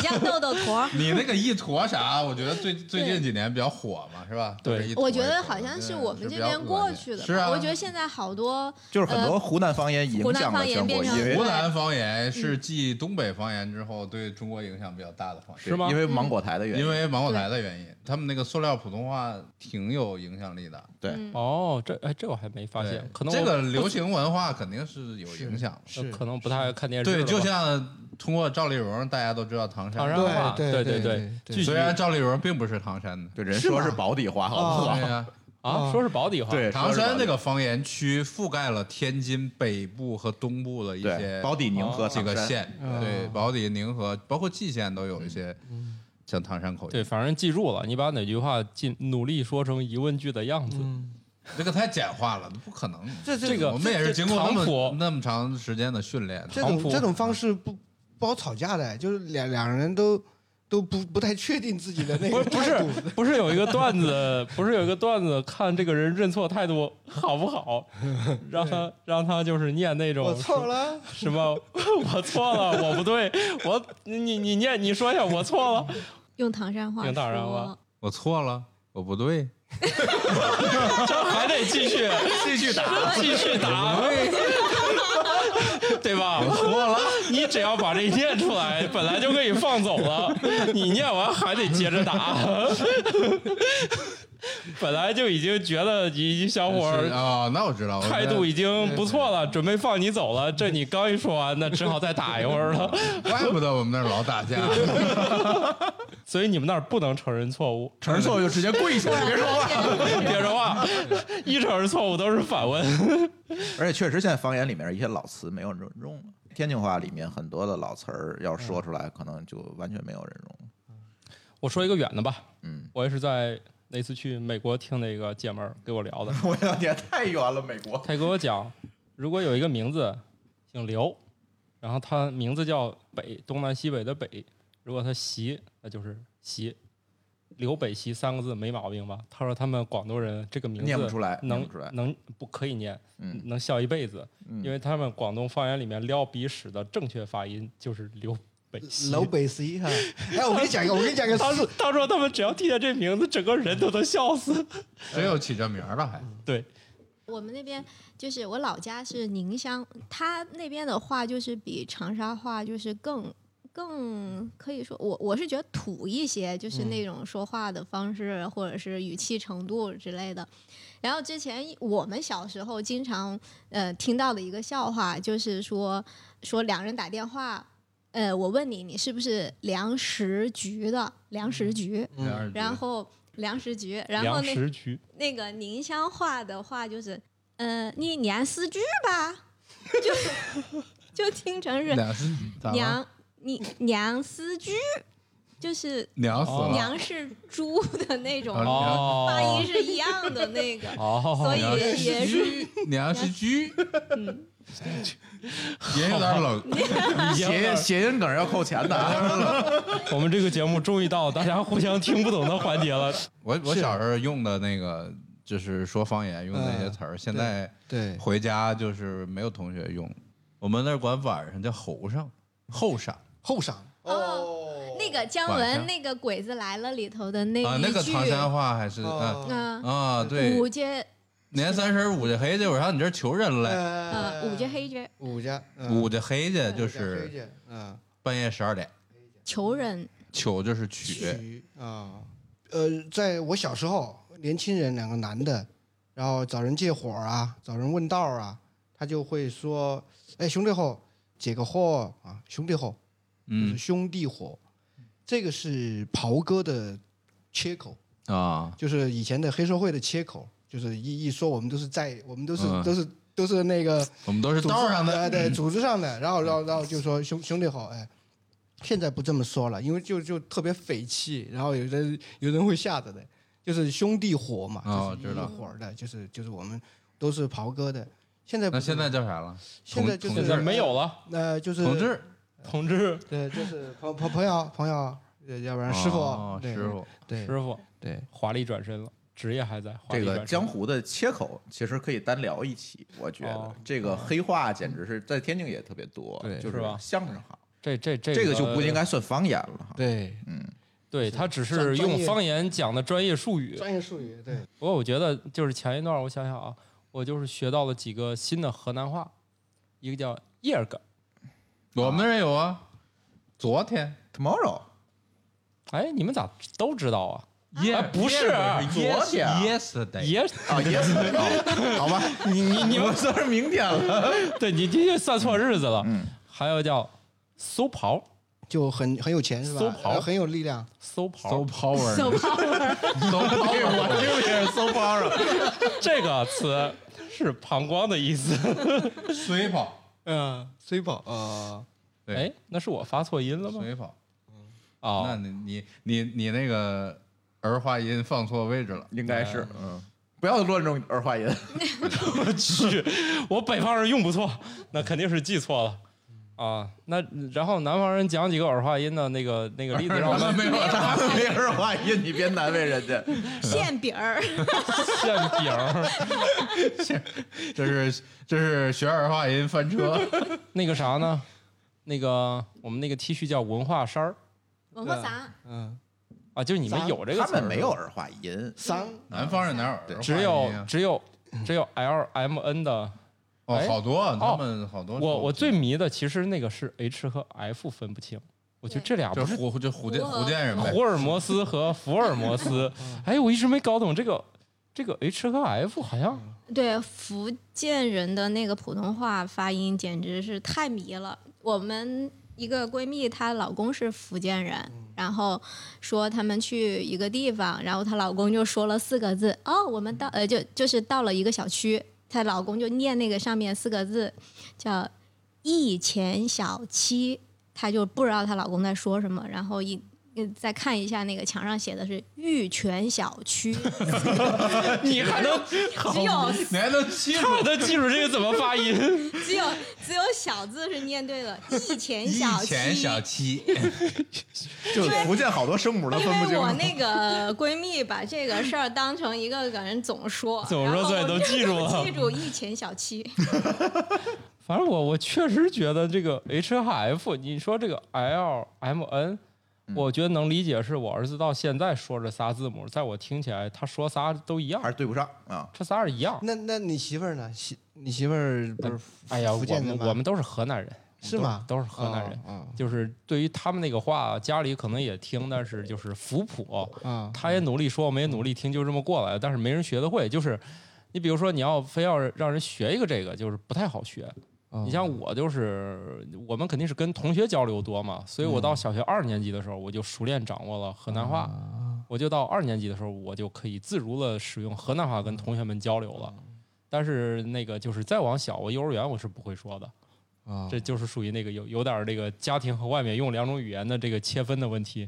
C: 叫豆豆驼儿。
D: 你那个一坨啥？我觉 得最最近几年比较火嘛，是吧？
A: 对
D: 都是一坨
C: 我
D: 一
C: 觉得
D: 坨
C: 好
D: 的
C: 像是
D: 对啊
C: 我们
D: 比
C: 这
D: 较
C: 边
D: 恶
C: 过
D: 心
C: 去的
D: 是
C: 吧，
D: 啊，
C: 我觉得现在好多
E: 就是很多湖南方言影
C: 呃湖南
E: 响了
C: 方言
E: 全国，
C: 变成
E: 因为
D: 湖南方言
C: 嗯
D: 是继东北方言之后对中国影响比较大的方
A: 是
D: 言，
A: 吗
E: 因为芒果台的原因，
D: 因为芒果台的原因，他们那个塑料普通话挺有影响力的。
E: 对
C: 嗯
A: 哦，这哎这我还没发
D: 对
A: 现，可能
D: 这
A: 我
D: 个流行文化肯定是有影响的。
A: 呃
B: 是
A: 可能不太爱看电视了
D: 对，
A: 吧，
D: 就像通过赵丽蓉，大家都知道唐
A: 唐
D: 山
A: 山话，
D: 话，
B: 对
A: 对
B: 对对
A: 对
B: 对，对
A: 聚集
D: 虽然赵丽蓉并不是唐山的，
E: 对人
B: 是
E: 说
B: 吗
E: 是保底话，好不
B: 啊
E: 好
D: 对？呀，
A: 啊，说是保底话，
E: 对，说
D: 哦唐
E: 是
D: 山
E: 保
D: 这
E: 底
D: 个方言区覆盖了天津北部和东部的一些
E: 对保底宁河
A: 哦
D: 这
E: 唐
D: 个
E: 山
D: 县，
B: 嗯
D: 对，保底、宁河，包括蓟县都有一些像唐山口音。
A: 嗯对，反正记住了，你把哪句话尽努力说成疑问句的样子，
D: 这个太简化了，不可能。
B: 嗯这这
A: 这个
D: 我们也是经过那
A: 唐
D: 么
A: 普
D: 那么长时间的训练的。
B: 这
A: 唐
B: 种
A: 普
B: 这种方式不不好吵架的，就是两两人都都不不太确定自己的那
A: 不
B: 个
A: 是不
B: 态
A: 是
B: 度
A: 不是有一个段子，不是有一个段子，看这个人认错态度好不好，让他让他就是念那种
B: 我错了，
A: 什么我错了，我不对，我你你你念你说一下我错了，
C: 用唐山话
A: 用唐山
C: 说
A: 话
D: 我错了，我不对，
A: 这还得继续
E: 继续打，
A: 继续打，对吧？啊
D: 我错了，
A: 你你只要把这念出来，本来就可以放走了，你念完还得接着打。 本来就已经觉得你小伙
D: 是
A: 儿
D: 哦，那我知道，我
A: 态度已经不错了，准备放你走了，这你刚一说完，那只好再打一会儿了。
D: 怪不得我们那儿老 打架。
A: 所以你们那儿不能承认错误，
E: 承认错误就直接跪下，别说话。
A: 别说话，一承认错误都是反问。
E: 而且确实，现在方言里面一些老词没有人用了。天津话里面很多的老词儿要说出来，可能就完全没有人用了。
A: 我说一个远的吧，
E: 嗯，
A: 我也是在那次去美国听那个姐们儿给我聊的，
E: 我想也太远了，美国。
A: 他给我讲，如果有一个名字姓刘，然后他名字叫北，东南西北的北，如果他习，那就是习。刘北习三个字没毛病吧？他说他们广东人这个名字
E: 念不出来
A: 能
E: 念不出来
A: 能不可以念，
E: 嗯
A: 能笑一辈子，
E: 嗯
A: 因为他们广东方言里面撩鼻屎的正确发音就是刘北习。
B: 楼北 C 哈，哎，我跟你讲一个，我跟你讲一个，
A: 他说他说他们只要听见这名字，整个人都能笑死。
D: 谁有起这名儿了还？
A: 对，
C: 我们那边就是我老家是宁乡，他那边的话就是比长沙话就是更更可以说，我我是觉得土一些，就是那种说话的方式或者是语气程度之类的。然后之前我们小时候经常呃听到的一个笑话，就是说说两人打电话，呃，我问你你是不是粮食局的粮食局，
D: 嗯
C: 然后粮食局，然后
A: 粮
C: 那
A: 食局，
C: 那个宁乡话的话就是，呃，你娘四句吧， 就就听成是
D: 俩是咋了
C: 娘你娘四句，就是
D: 娘死了，
C: 娘是猪的那种
D: 啊
A: 哦，
D: 哦
C: 发音是一样的那个，
A: 哦，
C: 所
D: 娘
C: 以也是 嗯
D: 居，娘是居， 也有点 冷，
A: 已经有
E: 谐
A: 点
E: 音谐音梗要扣钱的啊！
A: 我们这个节目终于到大家互相听不懂的环节 了。
D: 我我
B: 是
D: 小时候用的那个就是说方言用的那些词儿，现在
B: 对，
D: 回家就是没有同学用。我们那儿管晚上叫吼上，后上
B: 后晌
C: 哦那个姜
D: 晚上
C: 文那个《鬼子来了》里头的那
D: 啊，
C: 哎一
D: 那个
C: 句，
D: 唐山话还
B: 哦
D: 是啊
C: 嗯、
D: 啊，对，
C: 五街
D: 年三十五就黑去，我上你这儿求人来，
C: 呃
B: 呃
C: 五街黑街
B: 五家嗯
D: 五就黑去
C: 嗯
D: 就
B: 黑
D: 是
B: 姐啊
D: 半夜十二点，
C: 求人
D: 求就是取，
B: 曲啊，呃，在我小时候，年轻人两个男的，然后找人借火啊，找人问道啊，他就会说，哎，兄弟伙，解个惑啊，兄弟伙，就是
D: 嗯
B: 兄弟伙，这个是袍哥的切口。
D: 啊，
B: 就是以前的黑社会的切口，就是一一说我们都是在，我们都是、
D: 嗯
B: 都是都是那个
D: 我们都是
B: 组
D: 道
B: 织
D: 上的，
B: 哎对，组织上的，然后
D: 嗯
B: 然后然后就说兄兄弟好，哎，现在不这么说了，因为就就特别匪气，然后有的有人会吓着的，就是兄弟伙嘛，
D: 哦
B: 就是
D: 知道
B: 一伙儿的，就是就是我们都是袍哥的，现在不
D: 那
B: 是
D: 现在叫啥了？
B: 现在就
D: 同
B: 是
A: 现在没有了，
B: 呃就是
D: 同志，
A: 同志
B: 对，就是朋朋朋友朋友，呃要不然师傅、
D: 哦
B: 对
D: 师傅，
B: 对
A: 师傅
B: 对
A: 华丽转身了，职业还在。华
E: 这
A: 丽转
E: 个
A: 身
E: 江湖的切口其实可以单聊一期，我觉得
A: 哦
E: 这个黑话简直是在天津也特别多
B: 对，
E: 就是
A: 吧
E: 相声行，
A: 这这这
E: 这个就不应。该算方言了哈。
B: 对
E: 嗯，
A: 对他只是用方言讲的专业术语。
B: 专业术语对
A: 不过我觉得就是前一段我想想啊，我就是学到了几个新的河南话，一个叫叶儿个，
D: 我们那儿也有啊。昨天
E: tomorrow
A: 哎，你们咋都知道啊？
D: 耶
A: 哎不是
E: 昨天啊
D: yesterday，
A: 也
E: 啊，yes，好吧，你你你们算是明天了。
A: 对你今天算错日子了。
E: 嗯，
A: 还有叫搜袍，
B: 就很很有钱是吧？
A: 搜袍
B: 呃很有力量。
A: 搜
D: so
A: 袍
D: power，
C: 手帕
E: 我听也是 so far
A: 这个词是膀胱的意思。
D: 水跑，
B: 嗯，虽宝啊，
D: 对
A: 哎，那是我发错音了吗？
D: 水跑。那
A: 哦，
D: 你你你你那个儿化音放错位置了，
E: 应该是，嗯，不要乱用儿化音。
A: 我去， 我北方人用不错，那肯定是记错了。啊，那然后南方人讲几个儿化音的那个那个例子，让我们
D: 没有
E: 他们没儿化音，你别难为人家。
C: 馅饼儿，
A: 馅饼儿，
D: 这是这是学儿化音翻车，
A: 那个啥呢？那个我们那个 T 恤叫文化衫儿
C: 文化啥？
B: 嗯，
A: 啊，就是你们有这个
E: 他
A: 词儿
E: 们没有，儿化音，
B: 桑
A: 嗯
D: 南方人哪有儿化音啊
A: 只有只有只有 L M N 的
D: 哦，
A: 哎
D: 好多啊，他们好多。
A: 我我最迷的其实那个是 H 和 F 分不清，我觉得
C: 对
A: 这俩
D: 就
A: 不
D: 是
A: 是
D: 胡就胡建
C: 胡
D: 胡建人呗
A: 霍，尔摩斯和福尔摩斯。哎，我一直没搞懂这个这个 H 和 F 好像
C: 对福建人的那个普通话发音简直是太迷了。我们一个闺蜜，她老公是福建人，然后说他们去一个地方，然后她老公就说了四个字：“哦，我们到呃就就是到了一个小区。”她老公就念那个上面四个字，叫“一钱小七”，她就不知道她老公在说什么，然后一。呃再看一下那个墙上写的是“玉泉小区”，
A: 你还能
C: 只有
D: 你还能欺负
A: 我都记住这个怎么发音？
C: 只有只有小字是念对了，一钱
D: 一
C: 小
D: 钱
C: 七。
D: 小七，
E: 就福建好多声母都
C: 因
E: 分不
C: 为
E: 清
C: 我。那个呃闺蜜把这个事儿当成一个个人总说，
A: 总
C: 然
A: 说
C: 后
A: 所以
C: 我
A: 都
C: 就
A: 记住了
C: 记住一钱小七。
A: 反正我我确实觉得这个 H 和 F，你说这个 L M N，我
B: 嗯
A: 觉得能理解是我儿子到现在说这仨字母，在我听起来他说仨都一样
E: 还，是对不上啊！
A: 这仨是一样。
B: 那那你媳妇儿呢？媳你媳妇儿不是
A: 哎呀，
B: 福
A: 我
B: 建的
A: 们
B: 吗？哦
A: 我们都是河南人，
B: 是吗？
A: 都是河南人。
B: 啊
A: 就是对于他们那个话，家里可能也听，但是就是符普，
B: 啊
A: 他也努力说，我们也努力听，就这么过来的。但是没人学得会，就是你比如说你要非要让人学一个这个，就是不太好学。
B: 啊！
A: 你像我就是，我们肯定是跟同学交流多嘛，所以我到小学二年级的时候，我就熟练掌握了河南话。我就到二年级的时候，我就可以自如的使用河南话跟同学们交流了。但是那个就是再往小，我幼儿园我是不会说的，
B: 啊，
A: 这就是属于那个有有点儿这个家庭和外面用两种语言的这个切分的问题。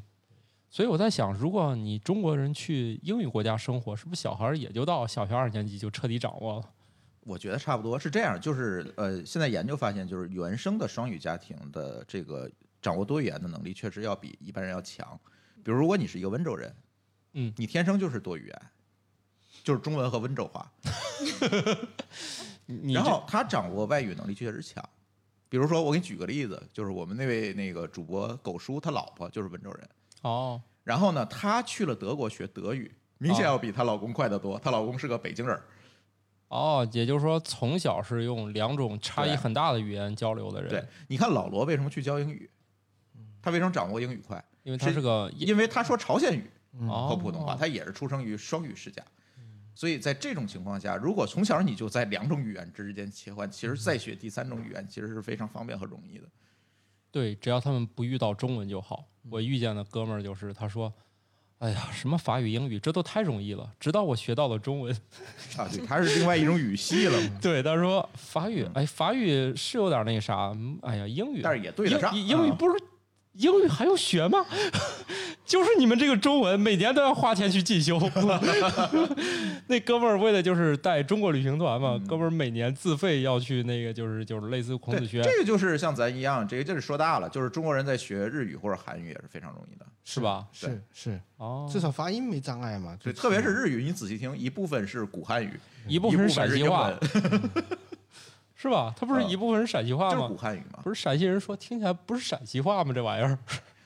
A: 所以我在想，如果你中国人去英语国家生活，是不是小孩儿也就到小学二年级就彻底掌握了？
E: 我觉得差不多是这样，就是呃，现在研究发现，就是原生的双语家庭的这个掌握多语言的能力，确实要比一般人要强。比如，如果你是一个温州人，
A: 嗯
E: 你天生就是多语言，就是中文和温州话。
A: 你这
E: 然后他掌握外语能力确实强。比如说，我给你举个例子，就是我们那位那个主播狗叔，他老婆就是温州人，
A: 哦，
E: 然后呢，她去了德国学德语，明显
A: 哦
E: 要比她老公快得多。她老公是个北京人儿，
A: 哦，也就是说，从小是用两种差异
E: 对
A: 很大的语言交流的人，
E: 对，，你看老罗为什么去教英语？
A: 嗯
E: 他为什么掌握英语快？
A: 因为他是
E: 是嗯
A: 个
E: 因为他说朝鲜语和
A: 哦嗯
E: 普通话，他也是出生于双语世家。所以在这种情况下，如果从小你就在两种语言之间切换，
A: 嗯
E: 其实再学第三种语言其实是非常方便和容易的。
A: 对，只要他们不遇到中文就好。
E: 嗯
A: 我遇见的哥们儿就是他说。哎呀，什么法语、英语，这都太容易了。直到我学到了中 文，
E: 啊，对，它是另外一种语系了嘛，
A: 对他说法语，哎，法语是有点那啥，嗯哎呀，英语，
E: 嗯但是也对得上。
A: 英英语
E: 啊
A: 不是英语还用学吗？ 就是你们这个中文每年都要花钱去进修。 那哥们儿为了就是带中国旅行团嘛，
E: 嗯
A: 哥们儿每年自费要去那个就是就是类似孔
E: 对
A: 子学
E: 这个就是像咱一样，这个就是说大了，就是中国人在学日语或者韩语也是非常容易的。
A: 是吧？
B: 是是，
A: 哦，
B: 至少发音没障碍嘛。
E: 对，
B: 就
E: 特别是日语，你仔细听，一部分是古汉语，
A: 一部
E: 一部
A: 分
E: 分
A: 是陕
E: 是
A: 西
E: 英
A: 话
E: 文，
A: 是吧？他不是
E: 嗯
A: 一部分是陕西话
E: 就是
A: 吗
E: 古？汉语嘛，
A: 不是陕西人说听起来不是陕西话吗？这玩意儿，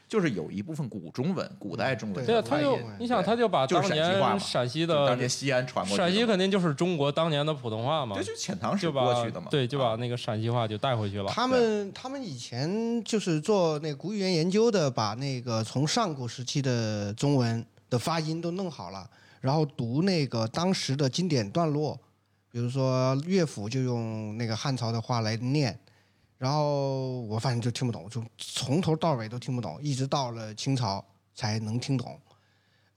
E: 就是有一部分古中文、古代中文。
A: 对啊，
B: 不
A: 他
B: 太
A: 就
B: 英文
A: 你想，他就把
E: 就
A: 当
E: 是陕西话
A: 年
E: 嘛
A: 陕西
E: 就
A: 的
E: 当年西安传过去的嘛，
A: 陕西肯定就是中国当年的普通话嘛
E: 这，就遣唐使
A: 就
E: 过
A: 把
E: 去的嘛，
A: 对，就把
E: 啊
A: 那个陕西话就带回去了。
B: 他们他们以前就是做那古语言研究的，把那个从上古时期的中文的发音都弄好了，然后读那个当时的经典段落，比如说乐府就用那个汉朝的话来念，然后我反正就听不懂，就从头到尾都听不懂，一直到了清朝才能听懂。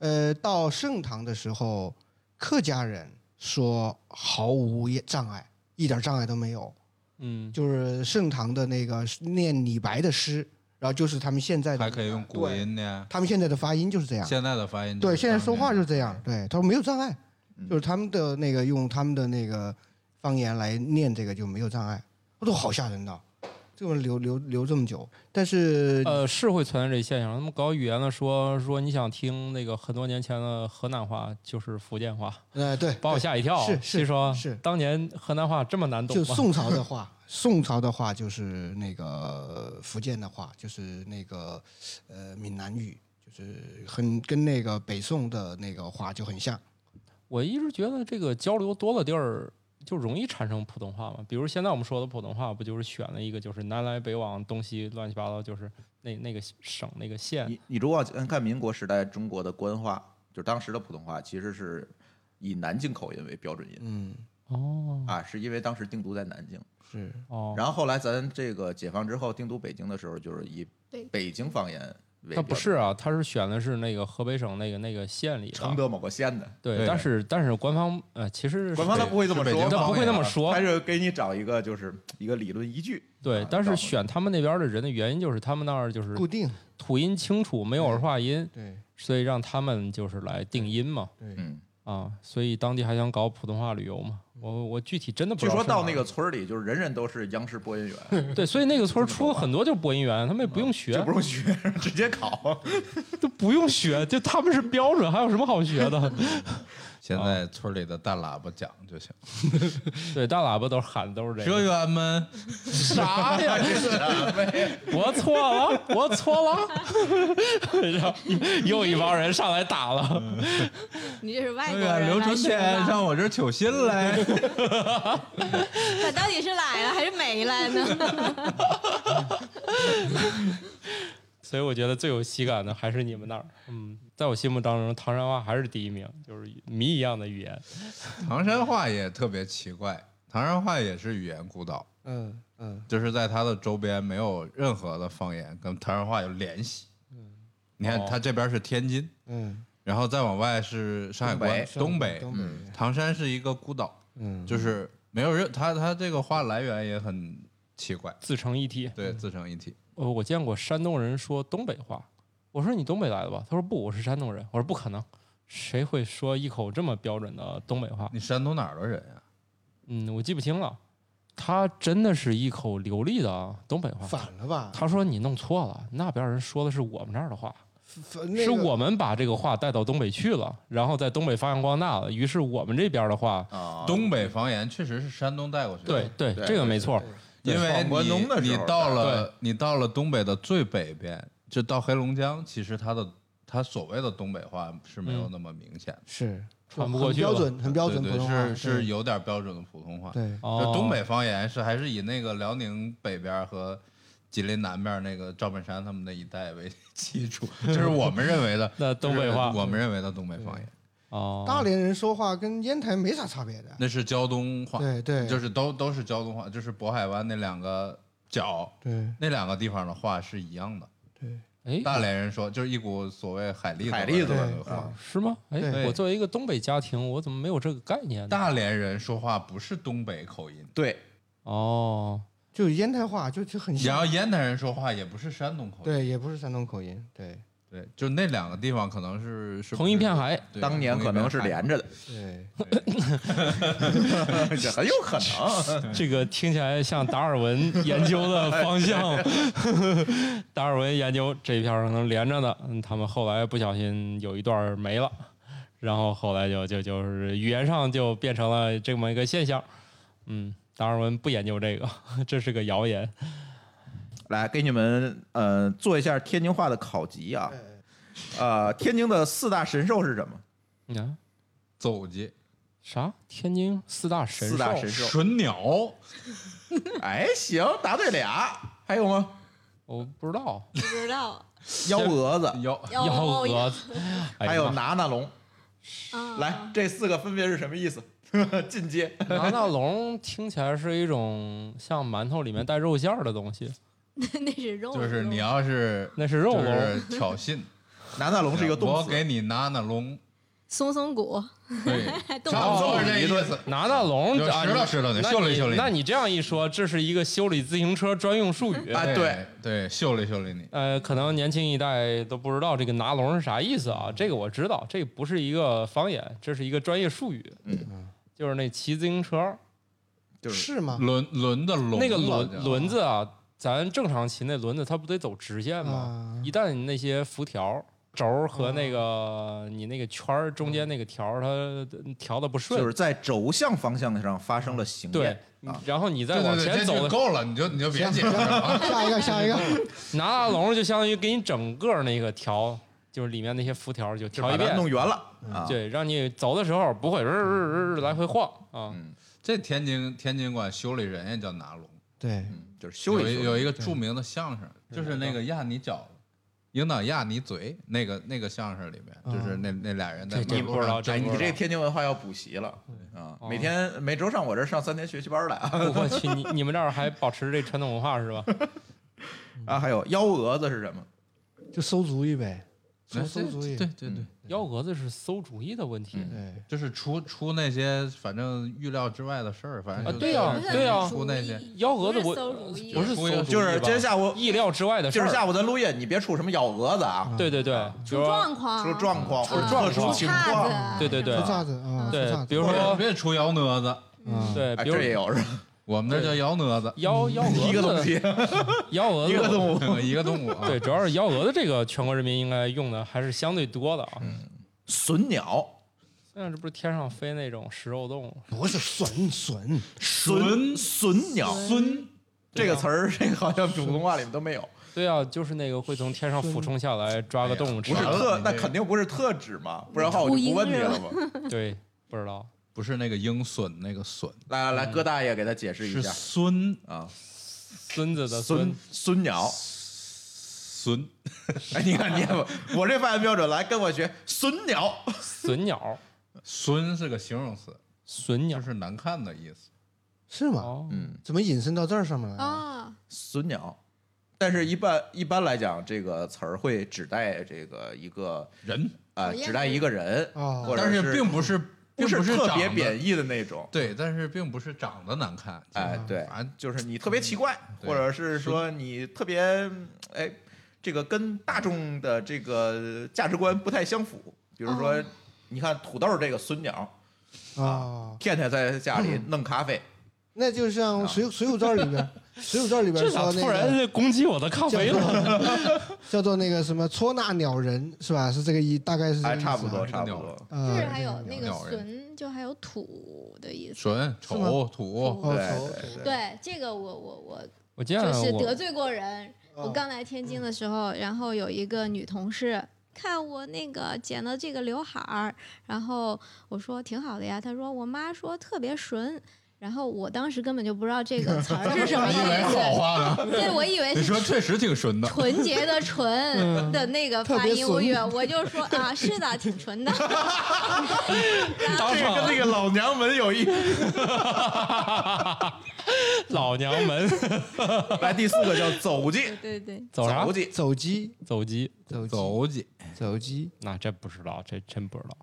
B: 呃，到盛唐的时候，客家人说毫无障碍，一点障碍都没有。
A: 嗯，
B: 就是盛唐的那个念李白的诗，然后就是他们现在的
D: 还可以用古
B: 对，
D: 音呢。
B: 他们现在的发音就是这样。
D: 现在的发音
B: 对，现在说话就是是这样。对，他说没有障碍，就是他们的那个用他们的那个方言来念这个就没有障碍，我都好吓人的，这个留留留这么久，但是
A: 呃，是会存在这一现象。他们搞语言的说说你想听那个很多年前的河南话，就是福建话，
B: 呃对，
A: 把我吓一跳。
B: 是是
A: 谁说
B: 是
A: 当年河南话这么难懂
B: 就
A: 吗？
B: 宋朝 的话，宋朝的话就是那个福建的话，就是那个呃闽南语，就是很跟那个北宋的那个话就很像。
A: 我一直觉得这个交流多了地儿，就容易产生普通话嘛。比如现在我们说的普通话，不就是选了一个就是南来北往、东西乱七八糟，就是那那个省那个县
E: 你你如果要看民国时代中国的官话，就是当时的普通话，其实是以南京口音为标准音
B: 嗯，
A: 哦
E: 啊，是因为当时定都在南京。
B: 是
A: 哦，
E: 然后后来咱这个解放之后定都北京的时候，就是以
C: 对
E: 北京方言为标准。
A: 他不是啊，他是选的是那个河北省那个那个县里
E: 承
A: 的。
E: 德某个县的，
A: 对，
D: 对
A: 但是但是官方呃，其实是
E: 官方他不会这么
D: 是北京
E: 说，
A: 他不会那么说
E: 他，是给你找一个就是一个理论依据。
A: 对
E: 啊，
A: 但
E: 到
A: 是选他们那边的人的原因就是他们那儿就是
B: 固定，
A: 土音清楚，没有儿化音，
B: 对
A: 所以让他们就是来定音嘛，
B: 对，
E: 嗯，
A: 啊，所以当地还想搞普通话旅游嘛。我我具体真的不知
E: 据
A: 道
E: 说
A: 是哪儿。
E: 到那个村儿里，就是人人都是央视播 音员，
A: 对，所以那个村儿出了很多就播音员，他们也不用学
E: 嗯就，不用学，直接考。
A: 都不用学，就他们是标准，还有什么好学的？
D: 现在村里的大喇叭讲就行。
A: 对，大喇叭都是喊的都是这
D: 社
A: 个。
D: 员们，
A: 啥呀？ 我错了，我错了， 然后又一帮人上来打了。
C: 你这是外
D: 社
C: 国人啊
D: 员刘
C: 来
D: 春
C: 学
D: 天
C: 的，
D: 上我这儿取信来。
C: 那到底是来了还是没来呢？
A: 所以我觉得最有喜感的还是你们那儿。嗯，在我心目当中，唐山话还是第一名，就是谜一样的语言。
D: 唐山话也特别奇怪，唐山话也是语言孤岛，
B: 嗯嗯，
D: 就是在它的周边没有任何的方言跟唐山话有联系。你看
A: 哦
D: 它这边是天津，
B: 嗯，
D: 然后再往外是上海关
B: 东
D: 哎北，
B: 东
E: 嗯
B: 北，
D: 唐山是一个孤岛，
B: 嗯，
D: 就是没有任它它这个话来源也很奇怪，
A: 自成一体。
D: 对，自成一体。
A: 呃，我见过山东人说东北话，我说你东北来的吧？他说不，我是山东人。我说不可能，谁会说一口这么标准的东北话？
D: 你山东哪儿的人呀、
A: 嗯，我记不清了。他真的是一口流利的东北话。
B: 反了吧？
A: 他说你弄错了，那边人说的是我们这儿的话，
B: 反那
A: 是
B: 个
A: 我们把这个话带到东北去了，然后在东北发扬光大了。于是我们这边的话，
E: 啊，
D: 东北方言确实是山东带过去的，
A: 对对，
E: 对
A: 这个没错。
D: 因为
E: 闯关东的
D: 你
E: 时
D: 你
E: 候
D: 到了你到了东北的最北边，就到黑龙江，其实它的它所谓的东北话是没有
A: 嗯
D: 那么明显，
B: 是
A: 传不过
B: 很
A: 去了
B: 标准，很标准
D: 对
B: 普
D: 对
B: 通话
D: 是是，有点标准的普通话。
B: 对对，
A: 哦
D: 就东北方言是还是以那个辽宁北边和吉林南边那个赵本山他们那一带为 基础，就是我们认为的
A: 那东北话
D: 就是我们认为的东北方言，
A: 哦，
B: 大连人说话跟烟台没啥差别的，
D: 那是胶东话，
B: 对对，
D: 就是都都是胶东话，就是渤海湾那两个角
B: 对
D: 那两个地方的话是一样的。
B: 对
A: 哎，
D: 大连人说，就是一股所谓海蛎子味儿
E: 海蛎子
B: 对
D: 的
E: 味儿
D: 味儿
B: 啊，
A: 是吗？哎，
B: 对
A: 我作为一个东北家庭，我怎么没有这个概念呢？
D: 大连人说话不是东北口音，
E: 对，
A: 哦，
B: 就烟台话就就很
D: 然
B: 像
D: 后，烟台人说话也不是山东口音，
B: 对，也不是山东口音，对
D: 对，就那两个地方可能是是
A: 同一片海，
D: 对
E: 当年可能是连着的，
B: 对，
E: 这 很有 可能。
A: 这个听起来像达尔文研究的方向。达尔文研究这一片儿可能连着的，嗯，他们后来不小心有一段儿没了，然后后来就就就是语言上就变成了这么一个现象。嗯，达尔文不研究这个， 这是个谣言。
E: 来，给你们呃做一下天津话的考级啊。呃，天津的四大神兽是什么？
A: 你看
D: 走街
A: 啥？天津四大神兽，
E: 四大神兽。
D: 纯鸟，
E: 哎，行，答对俩，还有吗？
A: 我不知道。
C: 不知道，
E: 幺蛾子，
D: 妖
A: 幺
C: 哦
A: 蛾子，哎呀
E: 还有
A: 妈
E: 拿拿龙。
C: 嗯
E: 来，这四个分别是什么意思？ 进阶。
A: 拿大龙听起来是一种像馒头里面带肉馅儿的东西，
C: 那是肉，
D: 就是你要是
A: 那是肉
D: 就
A: 龙。
D: 是挑衅，
E: 拿拿龙是一个动
D: 我
E: 词。
D: 给你拿拿龙，
C: 松松骨，哎
D: 对，
C: 动
D: 差不
C: 物
D: 多是这意思。
A: 拿大龙，
D: 就
A: 啊
D: 拾掇
A: 你
D: 拾掇哦你，
A: 那
D: 秀了
A: 你
D: 秀了
A: 那你这样一说，这是一个修理自行车专用术语。
E: 啊
D: 对
E: 对
D: 对，秀了秀了你。
A: 呃，可能年轻一代都不知道这个“拿龙”是啥意思啊？这个我知道，这不是一个方言，这是一个专业术语。
E: 嗯，
A: 就是那骑自行车
E: 就是
B: 是吗？
D: 轮轮的轮，
A: 那个
D: 好
A: 轮
D: 像
A: 轮子啊，咱正常骑那轮子，它不得走直线吗？
B: 啊
A: 一旦你那些辐条轴儿和那
E: 哦
A: 个你那个圈儿中间那个条儿它调的不
E: 嗯就
A: 顺
E: 是，在轴向方向上发生了形
A: 对
E: 变。啊，
A: 然后你再
D: 对对
A: 往
D: 对
A: 前
D: 这
A: 走
D: 就
A: 的
D: 够了，你就你就别
B: 行
D: 解 释了。
B: 下一个，下一个，
A: 拿大龙就相当于给你整个那个调，就是里面那些辐条就
E: 就
A: 调
E: 把
A: 一
E: 它
A: 遍，嗯
E: 弄圆了啊。
A: 对，让你走的时候不会、呃呃呃呃来回晃啊。
E: 嗯，
D: 这天津天津管修理人也叫拿龙，
B: 对，
E: 嗯，就是修
D: 有
E: 理
D: 一
E: 修
D: 有一
E: 理
D: 个著名的相声，就是那个压你脚，应当压你嘴，那个那个相声里面，就是那那俩人在
A: 哦这
D: 马
A: 这
D: 路
A: 不知道，
D: 上
A: 哦
E: 哎，
A: 不
E: 你
A: 知
E: 这
A: 道
E: 天津文化要补习了啊！每天每周上我这儿上三天学习班来啊！
A: 我去，你你们这儿还保持这传统文化是 吧？嗯
E: 啊，还有幺蛾子是什么？
B: 就馊主意呗，出
D: 哎
B: 馊主意，
D: 对对对
E: 嗯，
A: 幺蛾子是馊主意的问题。
B: 对，
D: 就是出出那些反正预料之外的事儿，反正
A: 啊对呀
D: 呀
A: 不是对呀
D: 出那些
A: 幺蛾子
C: 不
A: 我
C: 是馊主意
A: 不是馊主意吧，
E: 就是今儿下午，
A: 意料之外的事
E: 今
A: 儿。
E: 儿下午咱录音，你别出什么幺蛾子啊，
A: 对对对，比
C: 出
A: 如说
C: 状况，
E: 出状况，
A: 出
E: 或者
A: 状
E: 特殊
A: 况
E: 情
C: 岔
E: 况，
C: 子，
A: 对对对
B: 出岔子啊，
A: 对
B: 出岔子
A: 比如
D: 别
A: 说
D: 别出幺蛾子，
B: 嗯
A: 对，
E: 哎，
A: 比如
E: 这也有是吧？
D: 我们那叫幺蛾子，
A: 幺幺
E: 嗯一个
A: 蛾
E: 东
A: 子，
E: 西，
A: 幺 蛾
E: 一个
A: 子。
E: 动 物。
D: 一个动物啊，
A: 对，主要是幺蛾子这个全国人民应该用的还是相对多的啊。
E: 嗯隼鸟，
A: 现在这不是天上飞那种食肉动物，
B: 不是损损，
E: 隼隼鸟，
D: 孙
E: 这个词儿，这个好像普通话里面都没有，
A: 对啊，就是那个会从天上俯冲下来抓个动物吃
E: 哎不是。特，
D: 你这
E: 那
D: 个
E: 肯定不是特指嘛，不然的话我就不问你了嘛。
A: 对，不知道
D: 不是那个鹰隼那个隼，
E: 来来来，哥大爷给他解释一
D: 是
E: 下
D: 孙
E: 啊，
A: 孙子的
E: 隼
A: 孙，
E: 隼鸟，
D: 孙
E: 哎，你看你看，我这发音标准，来跟我学隼鸟，
A: 隼鸟，
D: 孙是个形容词，
A: 隼鸟
D: 就。是难看的意思。
B: 是吗？
A: 哦，
E: 嗯，
B: 怎么引申到这儿上面来了？
C: 哦，
E: 隼鸟。但是，一般一般来讲，这个词儿会指代这个一个
D: 人，
E: 啊，
C: 讨厌
E: 指代一个人，
B: 哦
E: 或者
D: 但
E: 是
D: 并不是，并
E: 不是
D: 是
E: 特别
D: 长得
E: 贬义的那种。
D: 对，但是并不是长得难看。
E: 哎，对，
D: 反正
E: 就是你特别奇怪，
D: 对
E: 或者是说你特别嗯哎，这个跟大众的这个价值观不太相符。比如说
C: 哦，
E: 你看土豆这个孙鸟，
B: 啊，
E: 天天在家里弄咖啡，
B: 那就像
E: 啊
B: 《水水浒传》里 边，《水浒传》里边
A: 这咋
B: 说那
A: 突然
B: 个
A: 就攻击我的咖啡了？
B: 叫做那个什么搓那鸟人是吧？是这个意，大概是这
E: 哎，
B: 个意思啊
E: 差不多，
D: 这个
E: 差不
D: 鸟
E: 多。
B: 呃
C: 就是还有那个
D: 哎鸟人
C: 损，就还有土的意思。
D: 损、
B: 是吗
D: 丑、土，
B: 哦
E: 对
B: 头
E: 对对
C: 对，这个我我我
A: 我见
C: 就是
A: 我
C: 得罪过人。
B: 哦
C: 我
E: 嗯
C: 刚来天津的时候，然后有一个女同事看我那个剪了这个刘海儿，然后我说挺好的呀，她说我妈说特别纯。然后我当时根本就不知道这个词儿是什么
D: 还以为
C: 意
D: 好
C: 思，
D: 话呢。
C: 对我以为
D: 你
C: 是
D: 说确实 挺纯的，
C: 纯洁的纯的那个
B: 特
C: 发
B: 别
C: 音，我
B: 纯
C: 以为我就说啊，是的，挺纯的。
A: 当嗯
E: 这个
A: 场
E: 跟那个老娘们有一
A: 老娘 们
E: 来第四个叫走 进，
C: 对对，
A: 走啥
E: 走？进，
B: 走鸡，
A: 走鸡？
B: 走鸡，
D: 走起。
B: 走鸡，
A: 那这不知道，这真不知 道。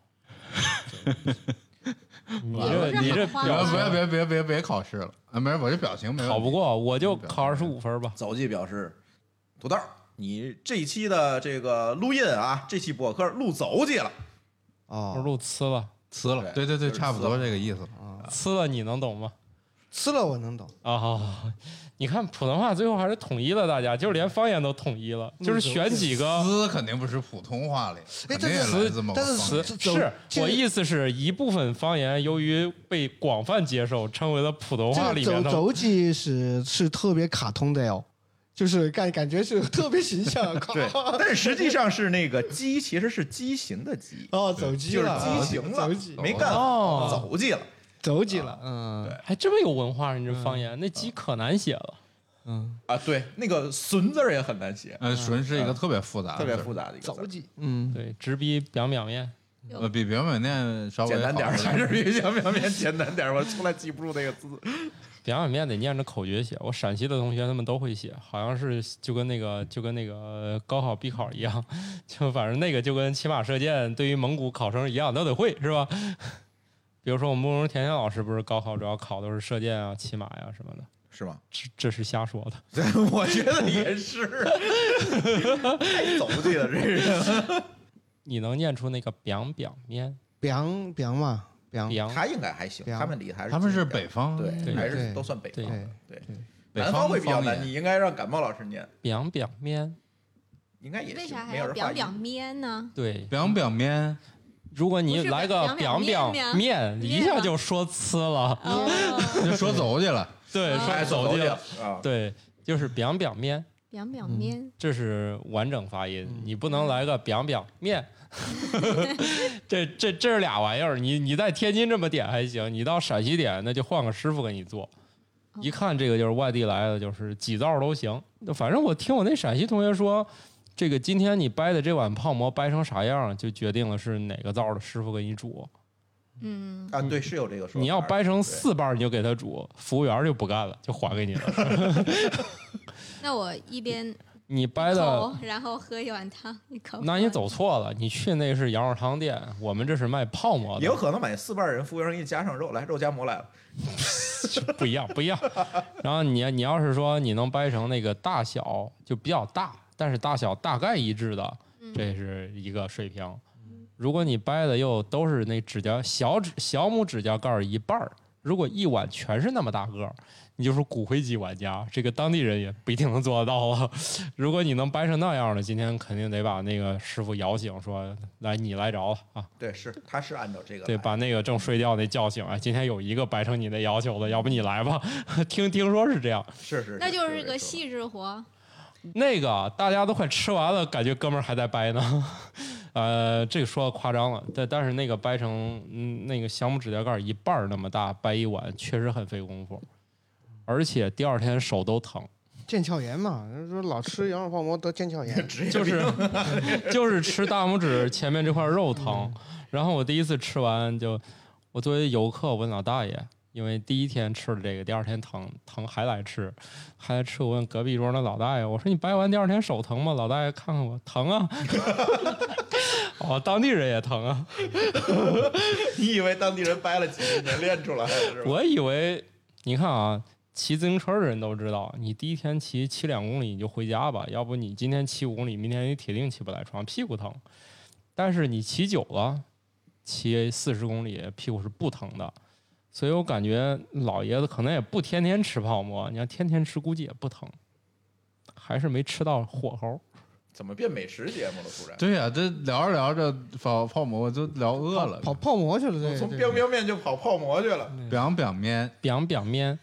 A: 你
D: 完
A: 这
D: 了
A: 你这
C: 不是很
D: 别
A: 表情
C: 花
D: 别别别别别考试了，啊，没事，我这表情没
A: 啊考
D: 问
A: 不
D: 题。
A: 过，我就考二十五分吧。
E: 走进表示土豆，你这一期的这个录音啊，这期播客录走起了，
A: 我
B: 哦，
A: 路呲了，
D: 呲了，
E: 对
D: 对对对，
E: 就是
D: 差不
E: 呲
D: 多
E: 了
D: 这个意思了。
A: 呲了你能懂吗？
B: 吃了我能懂，
A: 啊、你看普通话最后还是统一了，大家就是连方言都统一了，
B: 嗯
A: 就是选几个
D: 呲肯定不是普通话里，
B: 哎
D: 肯定也
B: 但是
D: 来自某个
B: 但是
D: 方
A: 词
D: 言
B: 呲。走
A: 是
B: 这个
A: 我意思是一部分方言由于被广泛接受，成为了普通话
B: 这个
A: 里
B: 走
A: 面的。
B: 走鸡是是特别卡通的哟，就是感感觉是特别形象，靠
E: 对，但实际上是那个鸡，其实是畸形的 鸡，
B: 哦，走鸡
E: 就是
B: 了，
E: 畸形了
B: 走鸡，，
E: 没干
A: 哦
E: 好，走起了。
B: 走鸡了，嗯
A: 还真没有文化，你这方言、那鸡可难写了。
B: 嗯，
E: 啊，对，那个“损”字儿也很难写，
D: 呃，纯是一
G: 嗯
D: 个特别复杂的
E: 特
D: 字儿，
E: 别复杂的一个字
B: 走
E: 儿，
B: 鸡，嗯，
A: 对，直逼表表面。
D: 呃，比表表面稍微
E: 简单点
D: 好
E: 儿，
D: 一
E: 还是比想表面简单点儿。我从来记不住那个字。
A: 表表面得念着口诀写，我陕西的同学他们都会写，好像是就跟那个就跟那个高考必考一样， 就反正那个就跟骑马射箭对于蒙古考生一样，都得会是吧？ 比如说我们慕容甜甜老师不是高考主要考的是射箭啊、骑马呀、什么的，
E: 是吗？
A: 这这是瞎说的。
E: 对，我觉得也是， 太走起了，这人。
A: 你能念出那个表表面
B: 表表嘛表，
A: 表？
E: 他应该还行，
B: 凉
E: 他们离还是
D: 他们是北方，
E: 对，
A: 对
E: 还是
B: 对
E: 都算北方的。对，
D: 北
E: 南方会比较
D: 方
E: 难，
D: 言
E: 你应该让感冒老师念，
A: 表表面
E: 应 该也
C: 为
E: 行
C: 啥，还
E: 没有
C: 要
E: 人
C: 表
E: 发
C: 表
E: 音。
C: 面呢？
A: 对，
D: 表表面
A: 如果你
C: 不是
A: 来个表
C: 表表
A: 表
C: 面
A: 面，一下就说呲了，
C: 哦，
D: 嗯就说走去了，
A: 对，
C: 啊
A: 说
E: 哎，
A: 走
E: 走
A: 进
E: 起了啊！
A: 对，就是表表面。
C: 表表面，
A: 这是完整发音，
B: 嗯
A: 你不能来个 biang biang 面， 这这这是俩玩意儿。你你在天津这么点还行，你到陕西点那就换个师傅给你做。一看这个就是外地来的，就是几道都行。那反正我听我那陕西同学说，这个今天你掰的这碗泡馍掰成啥样，就决定了是哪个灶的师傅给你煮。
C: 嗯，
E: 啊，对，是有这个说法。
A: 你要掰成
E: 对，
A: 四瓣儿你就给他煮，服务员儿就不干了，就还给你了。
C: 那我一边
A: 你掰 的
C: 口，然后喝一碗汤，一 口。
A: 那你走错了，你去那是羊肉汤店，我们这是卖泡馍
E: 也有
A: 的，
E: 可能买四瓣人，服务员给你加上肉，来肉夹馍来了。
A: 不一样不一样。然后你你要是说你能掰成那个大小就比较大，但是大小大概一致的，
C: 嗯
A: 这是一个水平。如果你掰的又都是那指甲小指小拇指甲盖儿一半儿，如果一碗全是那么大个儿，你就是骨灰级玩家，这个当地人也不一定能做得到啊。 如果你能掰成那样的，今天肯定得把那个师傅摇醒，说来你来着了啊，
E: 对，是，他是按照这个
A: 对，
E: 来
A: 把那个正睡觉那叫醒，哎，今天有一个掰成你的要求的，要不你来吧？ 听听说是这样，
E: 是是，
C: 那就是
E: 这
C: 个
E: 说，
C: 细致活，
A: 那个啊大家都快吃完了，感觉哥们儿还在掰呢。 呃，这个说的夸张了，但但是那个掰成嗯那个小拇指甲盖儿一半儿那么大，掰一碗确实很费功夫，而且第二天手都疼，
B: 腱鞘炎嘛，人说老吃羊肉泡馍得腱 鞘炎
E: 职业
A: 就是 就是吃大拇指前面这块肉疼
B: 嗯。
A: 然后我第一次吃完就，我作为游客，我问老大爷，因为第一天吃了这个，第二天疼疼还来吃，还来吃。我问隔壁桌那老大爷，我说你掰完第二天手疼吗？老大爷看看我，疼啊。 哦，当地人也疼啊！
E: 你以为当地人掰了几十年练出来的是吧？
A: 我以为你看啊，骑自行车的人都知道，你第一天骑骑两公里你就回家吧，要不你今天骑五公里，明天你铁定起不来床，屁股疼。但是你骑久了，骑四十公里屁股是不疼的，所以我感觉老爷子可能也不天天吃泡馍，你要天天吃估计也不疼，还是没吃到火候。
E: 怎么变美食节目了？突然，
G: 对呀、这聊着聊着泡泡馍我就聊饿了，
B: 跑泡馍去了，对
E: 从
B: 对
E: 彪彪面就跑泡馍 去了。
G: 表表面。
A: 表表面，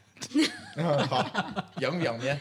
E: 好，羊表面，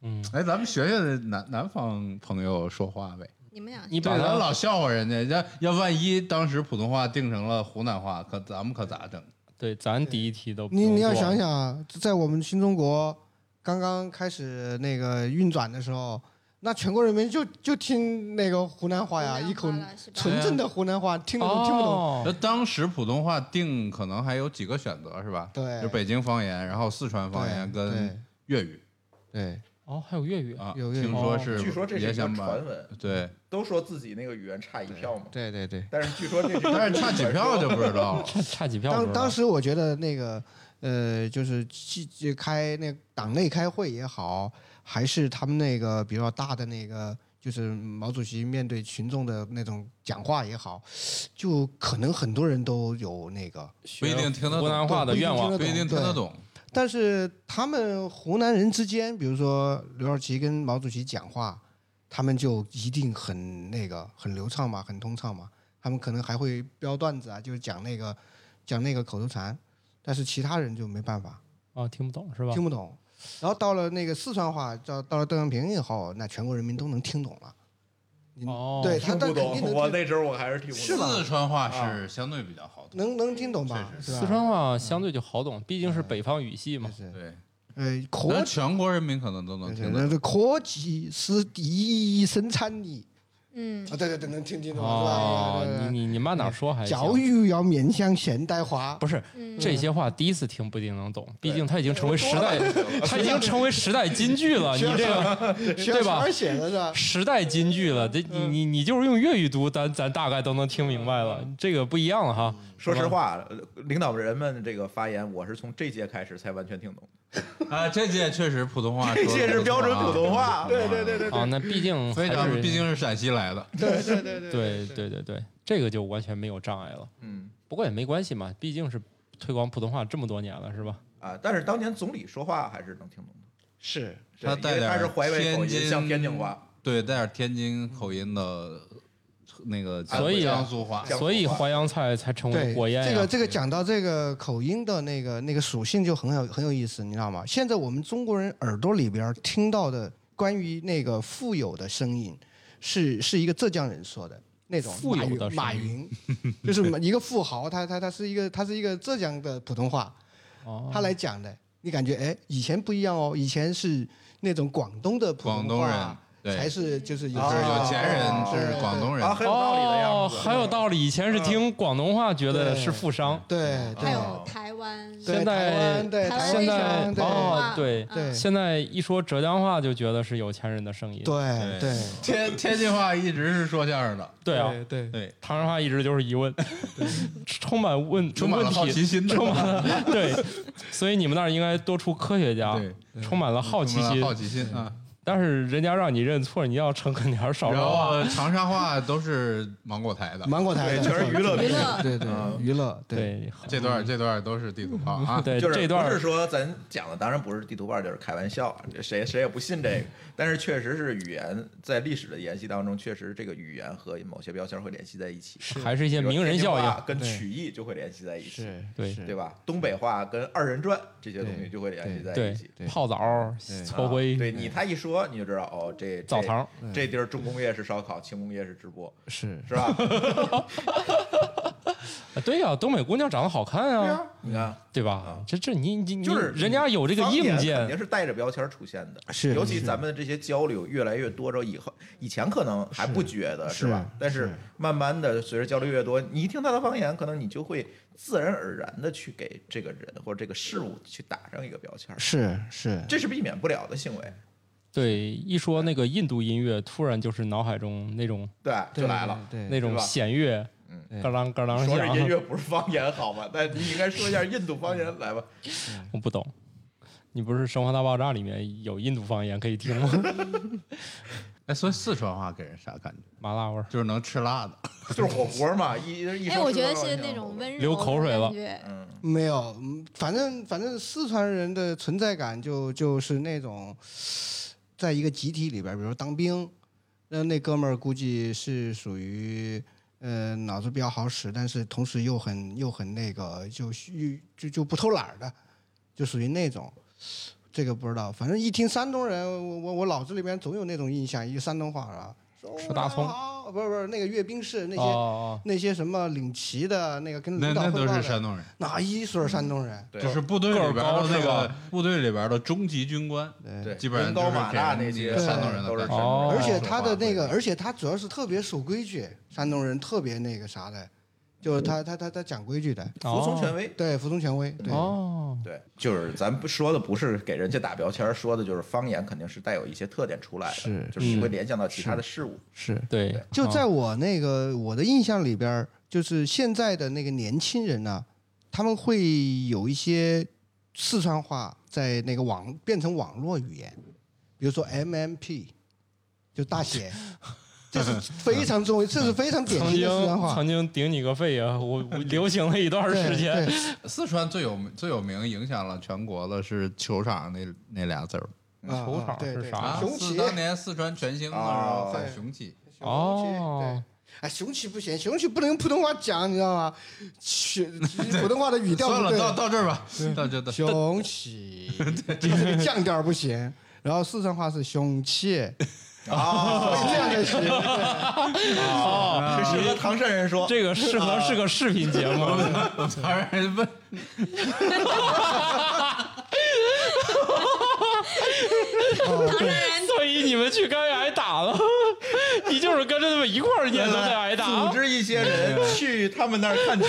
A: 嗯，
G: 哎，咱们学学南南方朋友说话呗。
C: 你们俩
A: 你
G: 对，
A: 把
D: 啊
G: 咱
A: 它
G: 老笑话人家，要要万一当时普通话定成了湖南话，可咱们可咋整？
A: 对咱第一题都不
B: 你
A: 用
B: 你要
A: 做
B: 想想啊，在我们新中国刚刚开始那个运转的时候，那全国人民就就听那个湖南话哎呀，一口纯正的湖南话，听得懂听不懂？
A: 哦
G: 那当时普通话定可能还有几个选择是吧？
B: 对
G: 就北京方言，然后四川方言
B: 对
G: 跟粤语
B: 对
A: 哦，还有粤语
G: 啊。
B: 有粤语
G: 听说是，
E: 哦据说这是
G: 也
E: 一个
G: 想把
E: 传闻，
G: 对，
E: 都说自己那个语言差一票嘛。
B: 对对对。
E: 但是据 说这是，
G: 但是差几票就不知 道了。
A: 差差几票不知
B: 当
A: 道。
B: 当时我觉得那个呃，就是去去开那党内开会也好，还是他们那个比较大的那个，就是毛主席面对群众的那种讲话也好，就可能很多人都有那个，
G: 不
A: 学
G: 一定听得懂
A: 湖南话的愿望
B: 不
G: 不一定听得懂，
B: 但是他们湖南人之间，比如说刘少奇跟毛主席讲话，他们就一定很那个很流畅嘛，很通畅嘛。他们可能还会标段子啊，就是讲那个讲那个口头禅，但是其他人就没办法
A: 啊，听不懂是吧？
B: 听不懂。然后到了那个四川话，到到了邓小平以后，那全国人民都能听懂了。嗯
A: 哦，
B: 对他
E: 听
B: 但
E: 不
B: 肯定
E: 懂，
B: 能
E: 我
B: 听
E: 那时候我还是啊听不
B: 是吧
E: 懂。
G: 四川话是相对比较好懂。
B: 能能听懂吧？
G: 确
B: 是吧
A: 四川话相对就好懂，毕竟是
G: 嗯
A: 北方语系嘛
B: 就。是
G: 对，
B: 呃，口
G: 但全国人民可能都能听得
B: 那
G: 懂。
B: 个科技是第一生产力。
C: 嗯
B: 啊，对对对，能听清楚。
A: 哦
B: 对对，对
A: 你你你慢点说还行。
B: 教育要面向现代化，
A: 不是
C: 嗯，
A: 这些话第一次听不一定能懂，毕竟它已经成为时
E: 多
A: 代， 它已经成为时代金句了。你这个
B: 学
A: 吧
B: 圈写的 是吧？
A: 时代金句了，这你你你就是用粤语读，咱咱大概都能听明白了，这个不一样了哈。
E: 说实话，领导人们这个发言，我是从这届开始才完全听懂。
G: 啊，这届确实普通话说得
E: 这
G: 不错啊，
E: 届是标准普通话，对对对对
A: 啊，那毕竟
G: 所以咱
A: 还
G: 们
A: 是
G: 毕竟是陕西来的，
A: 对对对对，这个就完全没有障碍了。
E: 嗯
A: 不过也没关系嘛，毕竟是推广普通话这么多年了，是吧？
E: 啊，但是当年总理说话还是能听懂的。
B: 是
E: 对
G: 他带
E: 因为
G: 点
E: 他是淮北口
G: 天
E: 音，
G: 津
E: 像天津话。
G: 对，带点天津口音的那个，
A: 所以啊
G: 江苏话
E: 江苏
A: 所以
E: 话
A: 淮扬菜才成为
B: 对
A: 国宴呀。
B: 这个这个讲到这个口音的那个那个属性就很有很有意思，你知道吗？现在我们中国人耳朵里边听到的关于那个富有的声音，是是一个浙江人说的那种
A: 富有的
B: 马
A: 声
B: 云，马 云就是一个富豪，他他他是一个他是一个浙江的普通话，
A: 哦
B: 他来讲的，你感觉哎以前不一样哦，以前是那种广东的普
G: 广
B: 通
G: 东人
B: 话。
G: 对，
B: 才是就是有
G: 就是有
B: 啊
G: 钱人，这是广东人
E: 啊，。很有道理的样
A: 哦，
E: 子。
A: 很有道理。以前是听广东话觉得是富商，
B: 对
C: 还
B: 对
C: 有台湾，
B: 对
A: 现
B: 台
A: 在
B: 湾对
C: 台湾
A: 现
C: 微
A: 在
B: 商对
A: 哦对
C: 嗯
B: 对
A: 现在一说浙江话就觉得是有钱人的声音。
B: 对对
G: 天天津话一直是说相声的，
A: 啊对啊，
H: 对
G: 对，
A: 唐山话一直就是疑问， 充满 问
G: 充满了好
A: 问题
G: 奇心的，
A: 充满了对，所以你们那儿应该多出科学家，
G: 对，
A: 充满了好奇
G: 充满
A: 心
G: 了。好奇心啊。
A: 但是人家让你认错，你要诚恳点儿，少
G: 然
A: 说话。
D: 啊
G: 后长沙话都是芒果台的，
B: 芒果台
E: 对，
B: 的
E: 全是娱乐
C: 娱
E: 品。
C: 乐
B: 对对
E: 嗯
B: 娱乐对
A: 对
G: 这段这段都是地图炮啊。
A: 对，
E: 就是
A: 这段
E: 不是
A: 儿
E: 说咱讲的，当然不是地图炮，就是开玩笑啊，这谁谁也不信这
G: 嗯
E: 个。但是确实是语言在历史的沿袭当中，确实这个语言和某些标签会联系在一起，
A: 还是一些名人效
E: 比如说天津话
A: 应。
E: 跟
B: 对
E: 曲艺就会联系在一起，
A: 对
B: 是
E: 对吧？东北话跟二人转这些东西
B: 对
E: 就会联系在
A: 对
E: 一起。
B: 对
A: 泡澡儿、搓
E: 啊
A: 灰、
E: 对你他一说你就知道哦，这
A: 澡，堂，
E: 这这地儿重工业是烧烤，轻工业是直播，
B: 是
E: 是 吧？
A: 啊对呀，东北姑娘长得好看
E: 对
A: 啊，
E: 啊，你看
A: 对吧
E: 啊？
A: 这这你你你
E: 就是
A: 人家有这个
E: 方
A: 硬
E: 言肯
A: 件
E: 定，是带着标签出现的，
B: 是
E: 尤其咱们这些交流越来越多之后，以后以前可能还不觉得
B: 是
E: 吧
B: 是？
E: 但是
B: 是
E: 慢慢的随着交流越多，你一听他的方言，可能你就会自然而然的去给这个人或者这个事物去打上一个标签儿，
B: 是是
E: 这是避免不了的行为，
A: 对，一说那个印度音乐，突然就是脑海中那种
E: 对，就来了。
B: 对
A: 那种
E: 是吧
A: 弦乐，
E: 嗯
A: 咯啷咯啷
E: 说是音
A: 响，
E: 乐不是方言好吗？但你应该说一下印度方言来吧。
A: 我不懂。你不是《生活大爆炸》里面有印度方言可以听吗？
G: 哎，所以四川话给人啥感觉？
A: 麻辣味儿，
G: 就是能吃辣
B: 嗯
G: 的，
E: 就是火锅嘛，一一
C: 哎，
E: 说
C: 我
E: 吃
C: 觉得
E: 到
C: 是
E: 肉
C: 那
E: 酱
C: 种温柔
A: 流口水
C: 的
A: 了
C: 感觉
E: 嗯，
B: 没有，嗯反正反正四川人的存在感就就是那种，在一个集体里边儿，比如说当兵，那那哥们儿估计是属于呃脑子比较好使，但是同时又很又很那个，就就就就不偷懒儿的，就属于那种。这个不知道，反正一听山东人，我我我脑子里面总有那种印象，一个山东话啊，说
A: 吃大葱
B: 哦好不是不是那个阅兵式那些、
A: 哦哦，
B: 那些什么领旗的那个跟
G: 那
B: 领导
G: 那
B: 汇
G: 都
B: 报
G: 是
B: 的
G: 山东人，
B: 哪一说是山东人？
E: 对，
G: 就是部队
A: 个儿
G: 里边的
A: 高
G: 那
A: 是
G: 个
A: 吧
G: 部队里边的中级军官，
E: 对，
G: 基本上
E: 温高
G: 就是
E: 马
G: 给
E: 大
G: 人
E: 那
G: 一
E: 些
G: 个
B: 山东
G: 人的哦
E: 都是
G: 感
E: 山
A: 觉
E: 东人
B: 而且
E: 说
B: 他
E: 话
B: 的那个，
E: 会
B: 而且他主要是特别守规矩，山东人特别那个啥的，就是他他他他讲规矩的，
A: 哦
E: 服从权威。
B: 对，服从权威，对，
A: 哦，
E: 对，就是咱不说的不是给人家打标签儿，说的就是方言肯定是带有一些特点出来的，
B: 是
E: 就是你
A: 嗯
E: 会联想到其他的事物。
B: 是。
A: 对，
B: 就
A: 啊
B: 在我那个我的印象里边儿，就是现在的那个年轻人呢、他们会有一些四川话在那个网变成网络语言，比如说 MMP，就大写，这是非常重，这是非常典
A: 曾
B: 型
A: 经
B: 的四川话
A: 曾。经顶你个肺啊，我我流行了一段
B: 对
A: 时间。
B: 对
G: 四川最有最有名、影响了全国的是球场那那俩字儿
B: 啊
A: 球
B: 啊
A: 场
B: 对
A: 是
B: 对
A: 啥
G: 啊，
B: 雄
G: 四
B: 起
G: 当年四川全兴的时候
E: 哦
G: 喊
B: 对
G: 雄起，
A: 哦
B: 对，哎，雄起不行，雄起不能用普通话讲，你知道吗？ 雄普通话的语调
G: 算
B: 不
G: 了，到
B: 对。
G: 到这儿吧，到这到
B: 雄起，这个降调不行。然后四川话是雄起，
E: 啊，
B: 这样才行。对
A: 哦
E: 这是和唐山人说，
A: 这个适合是个视频节目，
G: 当然问
C: 唐山人
A: 哎所以你们去该挨打了。 你就是跟着他们一块儿念都得挨打啊
E: 组，织一些人去他们那儿看球，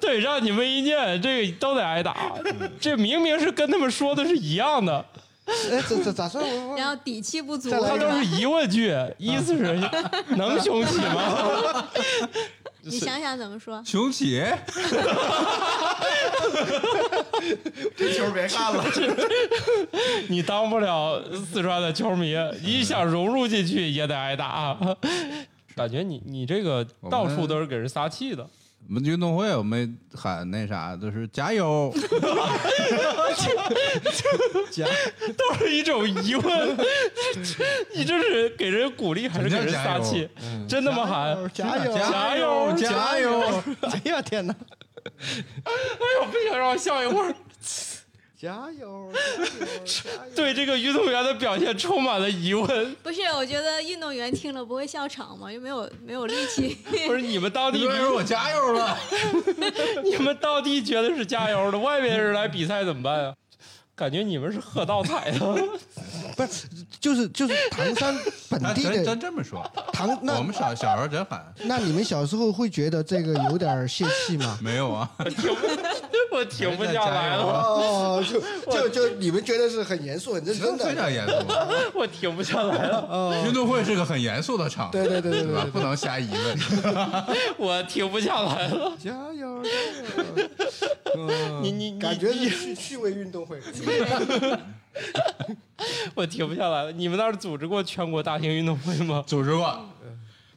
A: 对，让你们一念这个都得挨打。这明明是跟他们说的是一样的，
B: 哎，这这咋说？我
C: 然后底气不足，
B: 再来
A: 他
B: 一
A: 都
B: 个
A: 是疑问句，意思是能雄起吗？
C: 你想想怎么说？
G: 雄起，
E: 这球别看了。
A: 你当不了四川的球迷，你想融入进去也得挨打。感觉你你这个到处都是给人撒气的，
G: 我们运动会我们喊那啥，就是加 油，
A: 都是一种疑问。你这是给人鼓励还是给人撒气？真那么喊？
B: 加油！
A: 加油！
G: 加油！
B: 哎呀天哪！
A: 哎呦，不行，让我笑一会儿。
B: 加油，加油，加油！
A: 对这个运动员的表现充满了疑 问。
C: 不是，我觉得运动员听了不会笑场嘛，又没有没有力气。
A: 不是你们当地
G: 有人说我加油了，
A: 你们当地觉得是加油的，外面人来比赛怎么办啊？感觉你们是喝倒彩的，
B: 不是，就是就是唐山本
D: 咱
B: 地
D: 咱
B: 的
D: 咱这么说，
B: 唐
D: 我
B: 那
D: 们小小时候真喊？
B: 那你们小时候会觉得这个有点泄气吗
D: 没有啊，
A: 我停不下来了，
B: 哦， 就就就你们觉得是很严肃、很认 真
D: 非
B: 的，
D: 常严肃。
A: 我停不下来了，
D: 运动会是个很严肃的场合，
B: 对对对对
D: 是吧
B: 对？
D: 不能瞎疑问。
A: 我停不下来了。
B: 加油， 加油！
A: 你你你
B: 嗯感觉是趣趣味运动会，
A: 我停不下来了。你们那儿组织过全国大型运动会吗？
D: 组织过，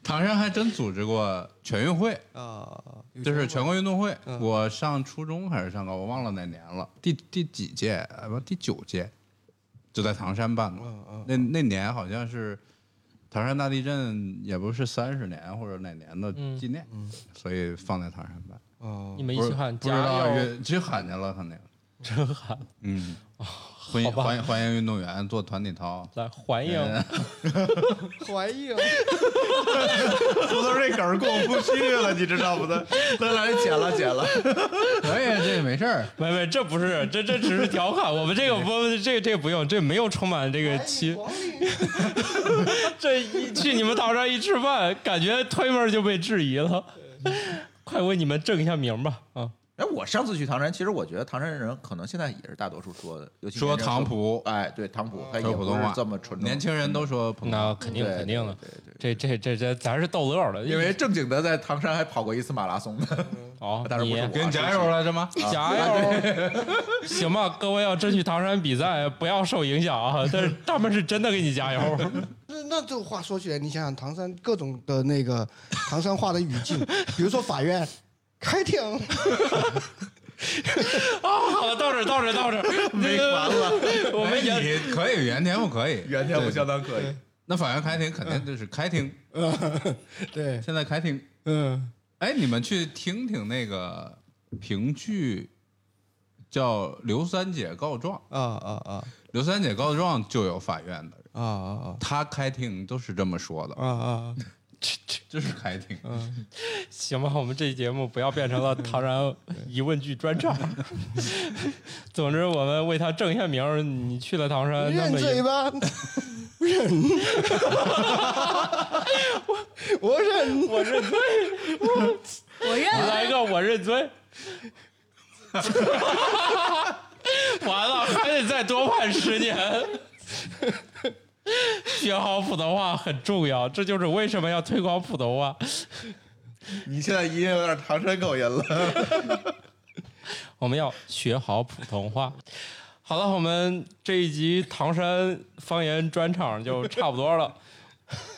D: 唐山还真组织过全运会，
B: 啊，
D: 就是全国运动会。
B: 嗯
D: 我上初中还是上高，我忘了哪年了，第第几届？呃，不，第九届，就在唐山办过。
B: 嗯嗯
D: 那那年好像是唐山大地震，也不是三十年或者哪年的
A: 嗯
D: 纪念，所以放在唐山办。
B: 哦
A: 你，们一起喊
D: 不知道
A: 加油，
D: 乐，去喊去了，肯定。
A: 真喊
D: 嗯，欢迎
A: 好吧
D: 欢迎欢迎运动员做团体操。
A: 来欢迎，
E: 嗯
B: 怀 疑啊，
E: 葡萄这梗儿过不去了，你知道不？咱咱来剪了剪了，
D: 可以，这也没事儿。
A: 没没，这不是这这只是调 侃，我们这个不这这不用，这没有充满这个
E: 哎
A: 期。这一去你们岛上一吃饭，感觉推门就被质疑了。快为你们正一下名吧！啊，
E: 哎，我上次去唐山，其实我觉得唐山人可能现在也是大多数说的，尤其
D: 说
E: 年轻人
D: 唐普，
E: 哎，对唐普，他也
D: 说普
E: 不
D: 通
E: 是
D: 话
E: 这么纯正
D: 年轻人都说普通话。
A: 那肯定
E: 嗯对
A: 肯定的，
E: 对对对
A: 这这这这咱是逗乐的，
E: 因为正经的在唐山还跑过一次马拉松呢，
A: 哦，
E: 但是不
A: 你
E: 是啊
D: 给你加油来着吗？
A: 加油！ 行吧，各位要真去唐山比赛，不要受影响啊！但是他们是真的给你 加油，
B: 那那这个话说起来，你想想唐山各种的那个唐山话的语境，比如说法院开庭，
A: 好了，啊到这儿到这儿到这儿，
E: 没完 了，
A: 我们也
D: 哎你可以，原田不可以，
E: 原天我
D: 对
E: 相当可以。
D: 那法院开庭肯定就是开庭，
B: 对，
D: 现在开庭。
B: 嗯，
D: 哎，你们去听听那个评剧，叫《刘三姐告状》，《
B: 啊啊啊
D: 刘三姐告状》就有法院的人，
B: 啊啊
D: 他开庭都是这么说的
B: 啊，啊
D: 就是开庭。
B: 啊！
A: 行吧，我们这期节目不要变成了唐然疑问句专 场。总之，我们为他正一下名儿。你去了唐山，那
B: 认
A: 么
B: 嘴吧，忍， 我我忍，
A: 我认罪，
C: 我认
A: 来
C: 了，
A: 个我认罪。 完了，还得再多判十年。 学好普通话很重要，这就是为什么要推广普通话。
E: 你现在已经有点唐山口音了，
A: 我们要学好普通话。好了，我们这一集唐山方言专场就差不多了。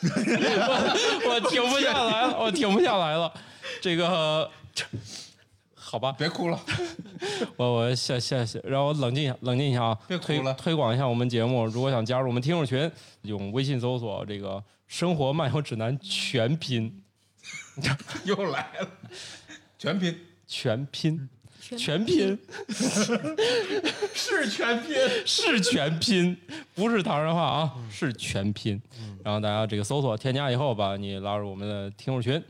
A: 我我停不下来了，我停不下来了。这个，好吧，
D: 别哭了，
A: 我我下下下，让我冷静一下，冷静一下啊！
D: 别哭
A: 推
D: 了
A: 推广一下我们节目，如果想加入我们听众群，用微信搜索这个“生活漫游指南”全拼，
D: 又来了，全拼。
A: 全拼，
C: 全
A: 全拼，是全拼，是全拼， 不是唐山话啊，是全拼。然后大家这个搜索添加以后，把你拉入我们的听众群，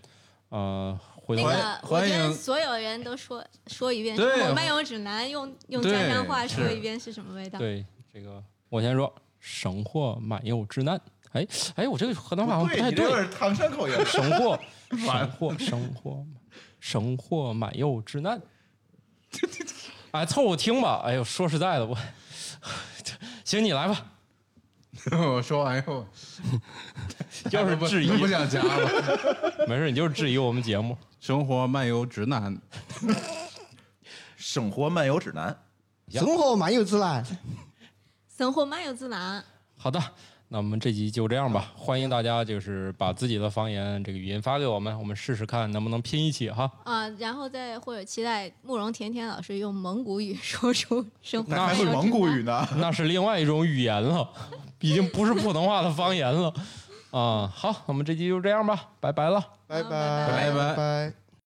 A: 呃，回
C: 那
A: 头
C: 个我
D: 欢
C: 觉
D: 迎
C: 得所有人都说说一遍《
D: 对
C: 生活漫游指南》，用用
D: 对
C: 家乡话说
D: 是
C: 一遍是什么味道？
A: 对这个我先说，省货满右之难。哎哎，我这个河南话好像不
E: 对
A: 太
E: 你这有点唐山口音。
A: 省 货，省货，省货，省货满右之难。哎，凑合听吧。哎呦，说实在的，我 行，你来吧。
D: 我说完以后，
A: 要是
D: 不
A: 质疑，
D: 不想加了。
A: 没事，你就是质疑我们节目。
D: 生活漫游指南，
E: 生活漫游指南，
B: 生活蛮有自然，
C: 生活漫游指南，
A: 好的，那我们这集就这样吧。欢迎大家就是把自己的方言这个语音发给我们，我们试试看能不能拼一起哈。
C: 啊，然后再或者期待慕容甜甜老师用蒙古语 说出生活
E: 那还
C: 漫游
E: 会
C: 指南
E: 蒙古语呢？
A: 那是另外一种语言了， 已经不是普通话的方言了。啊、好，我们这集就这样吧，拜拜了。
B: 拜
C: 拜
B: 拜
D: 拜
B: 拜。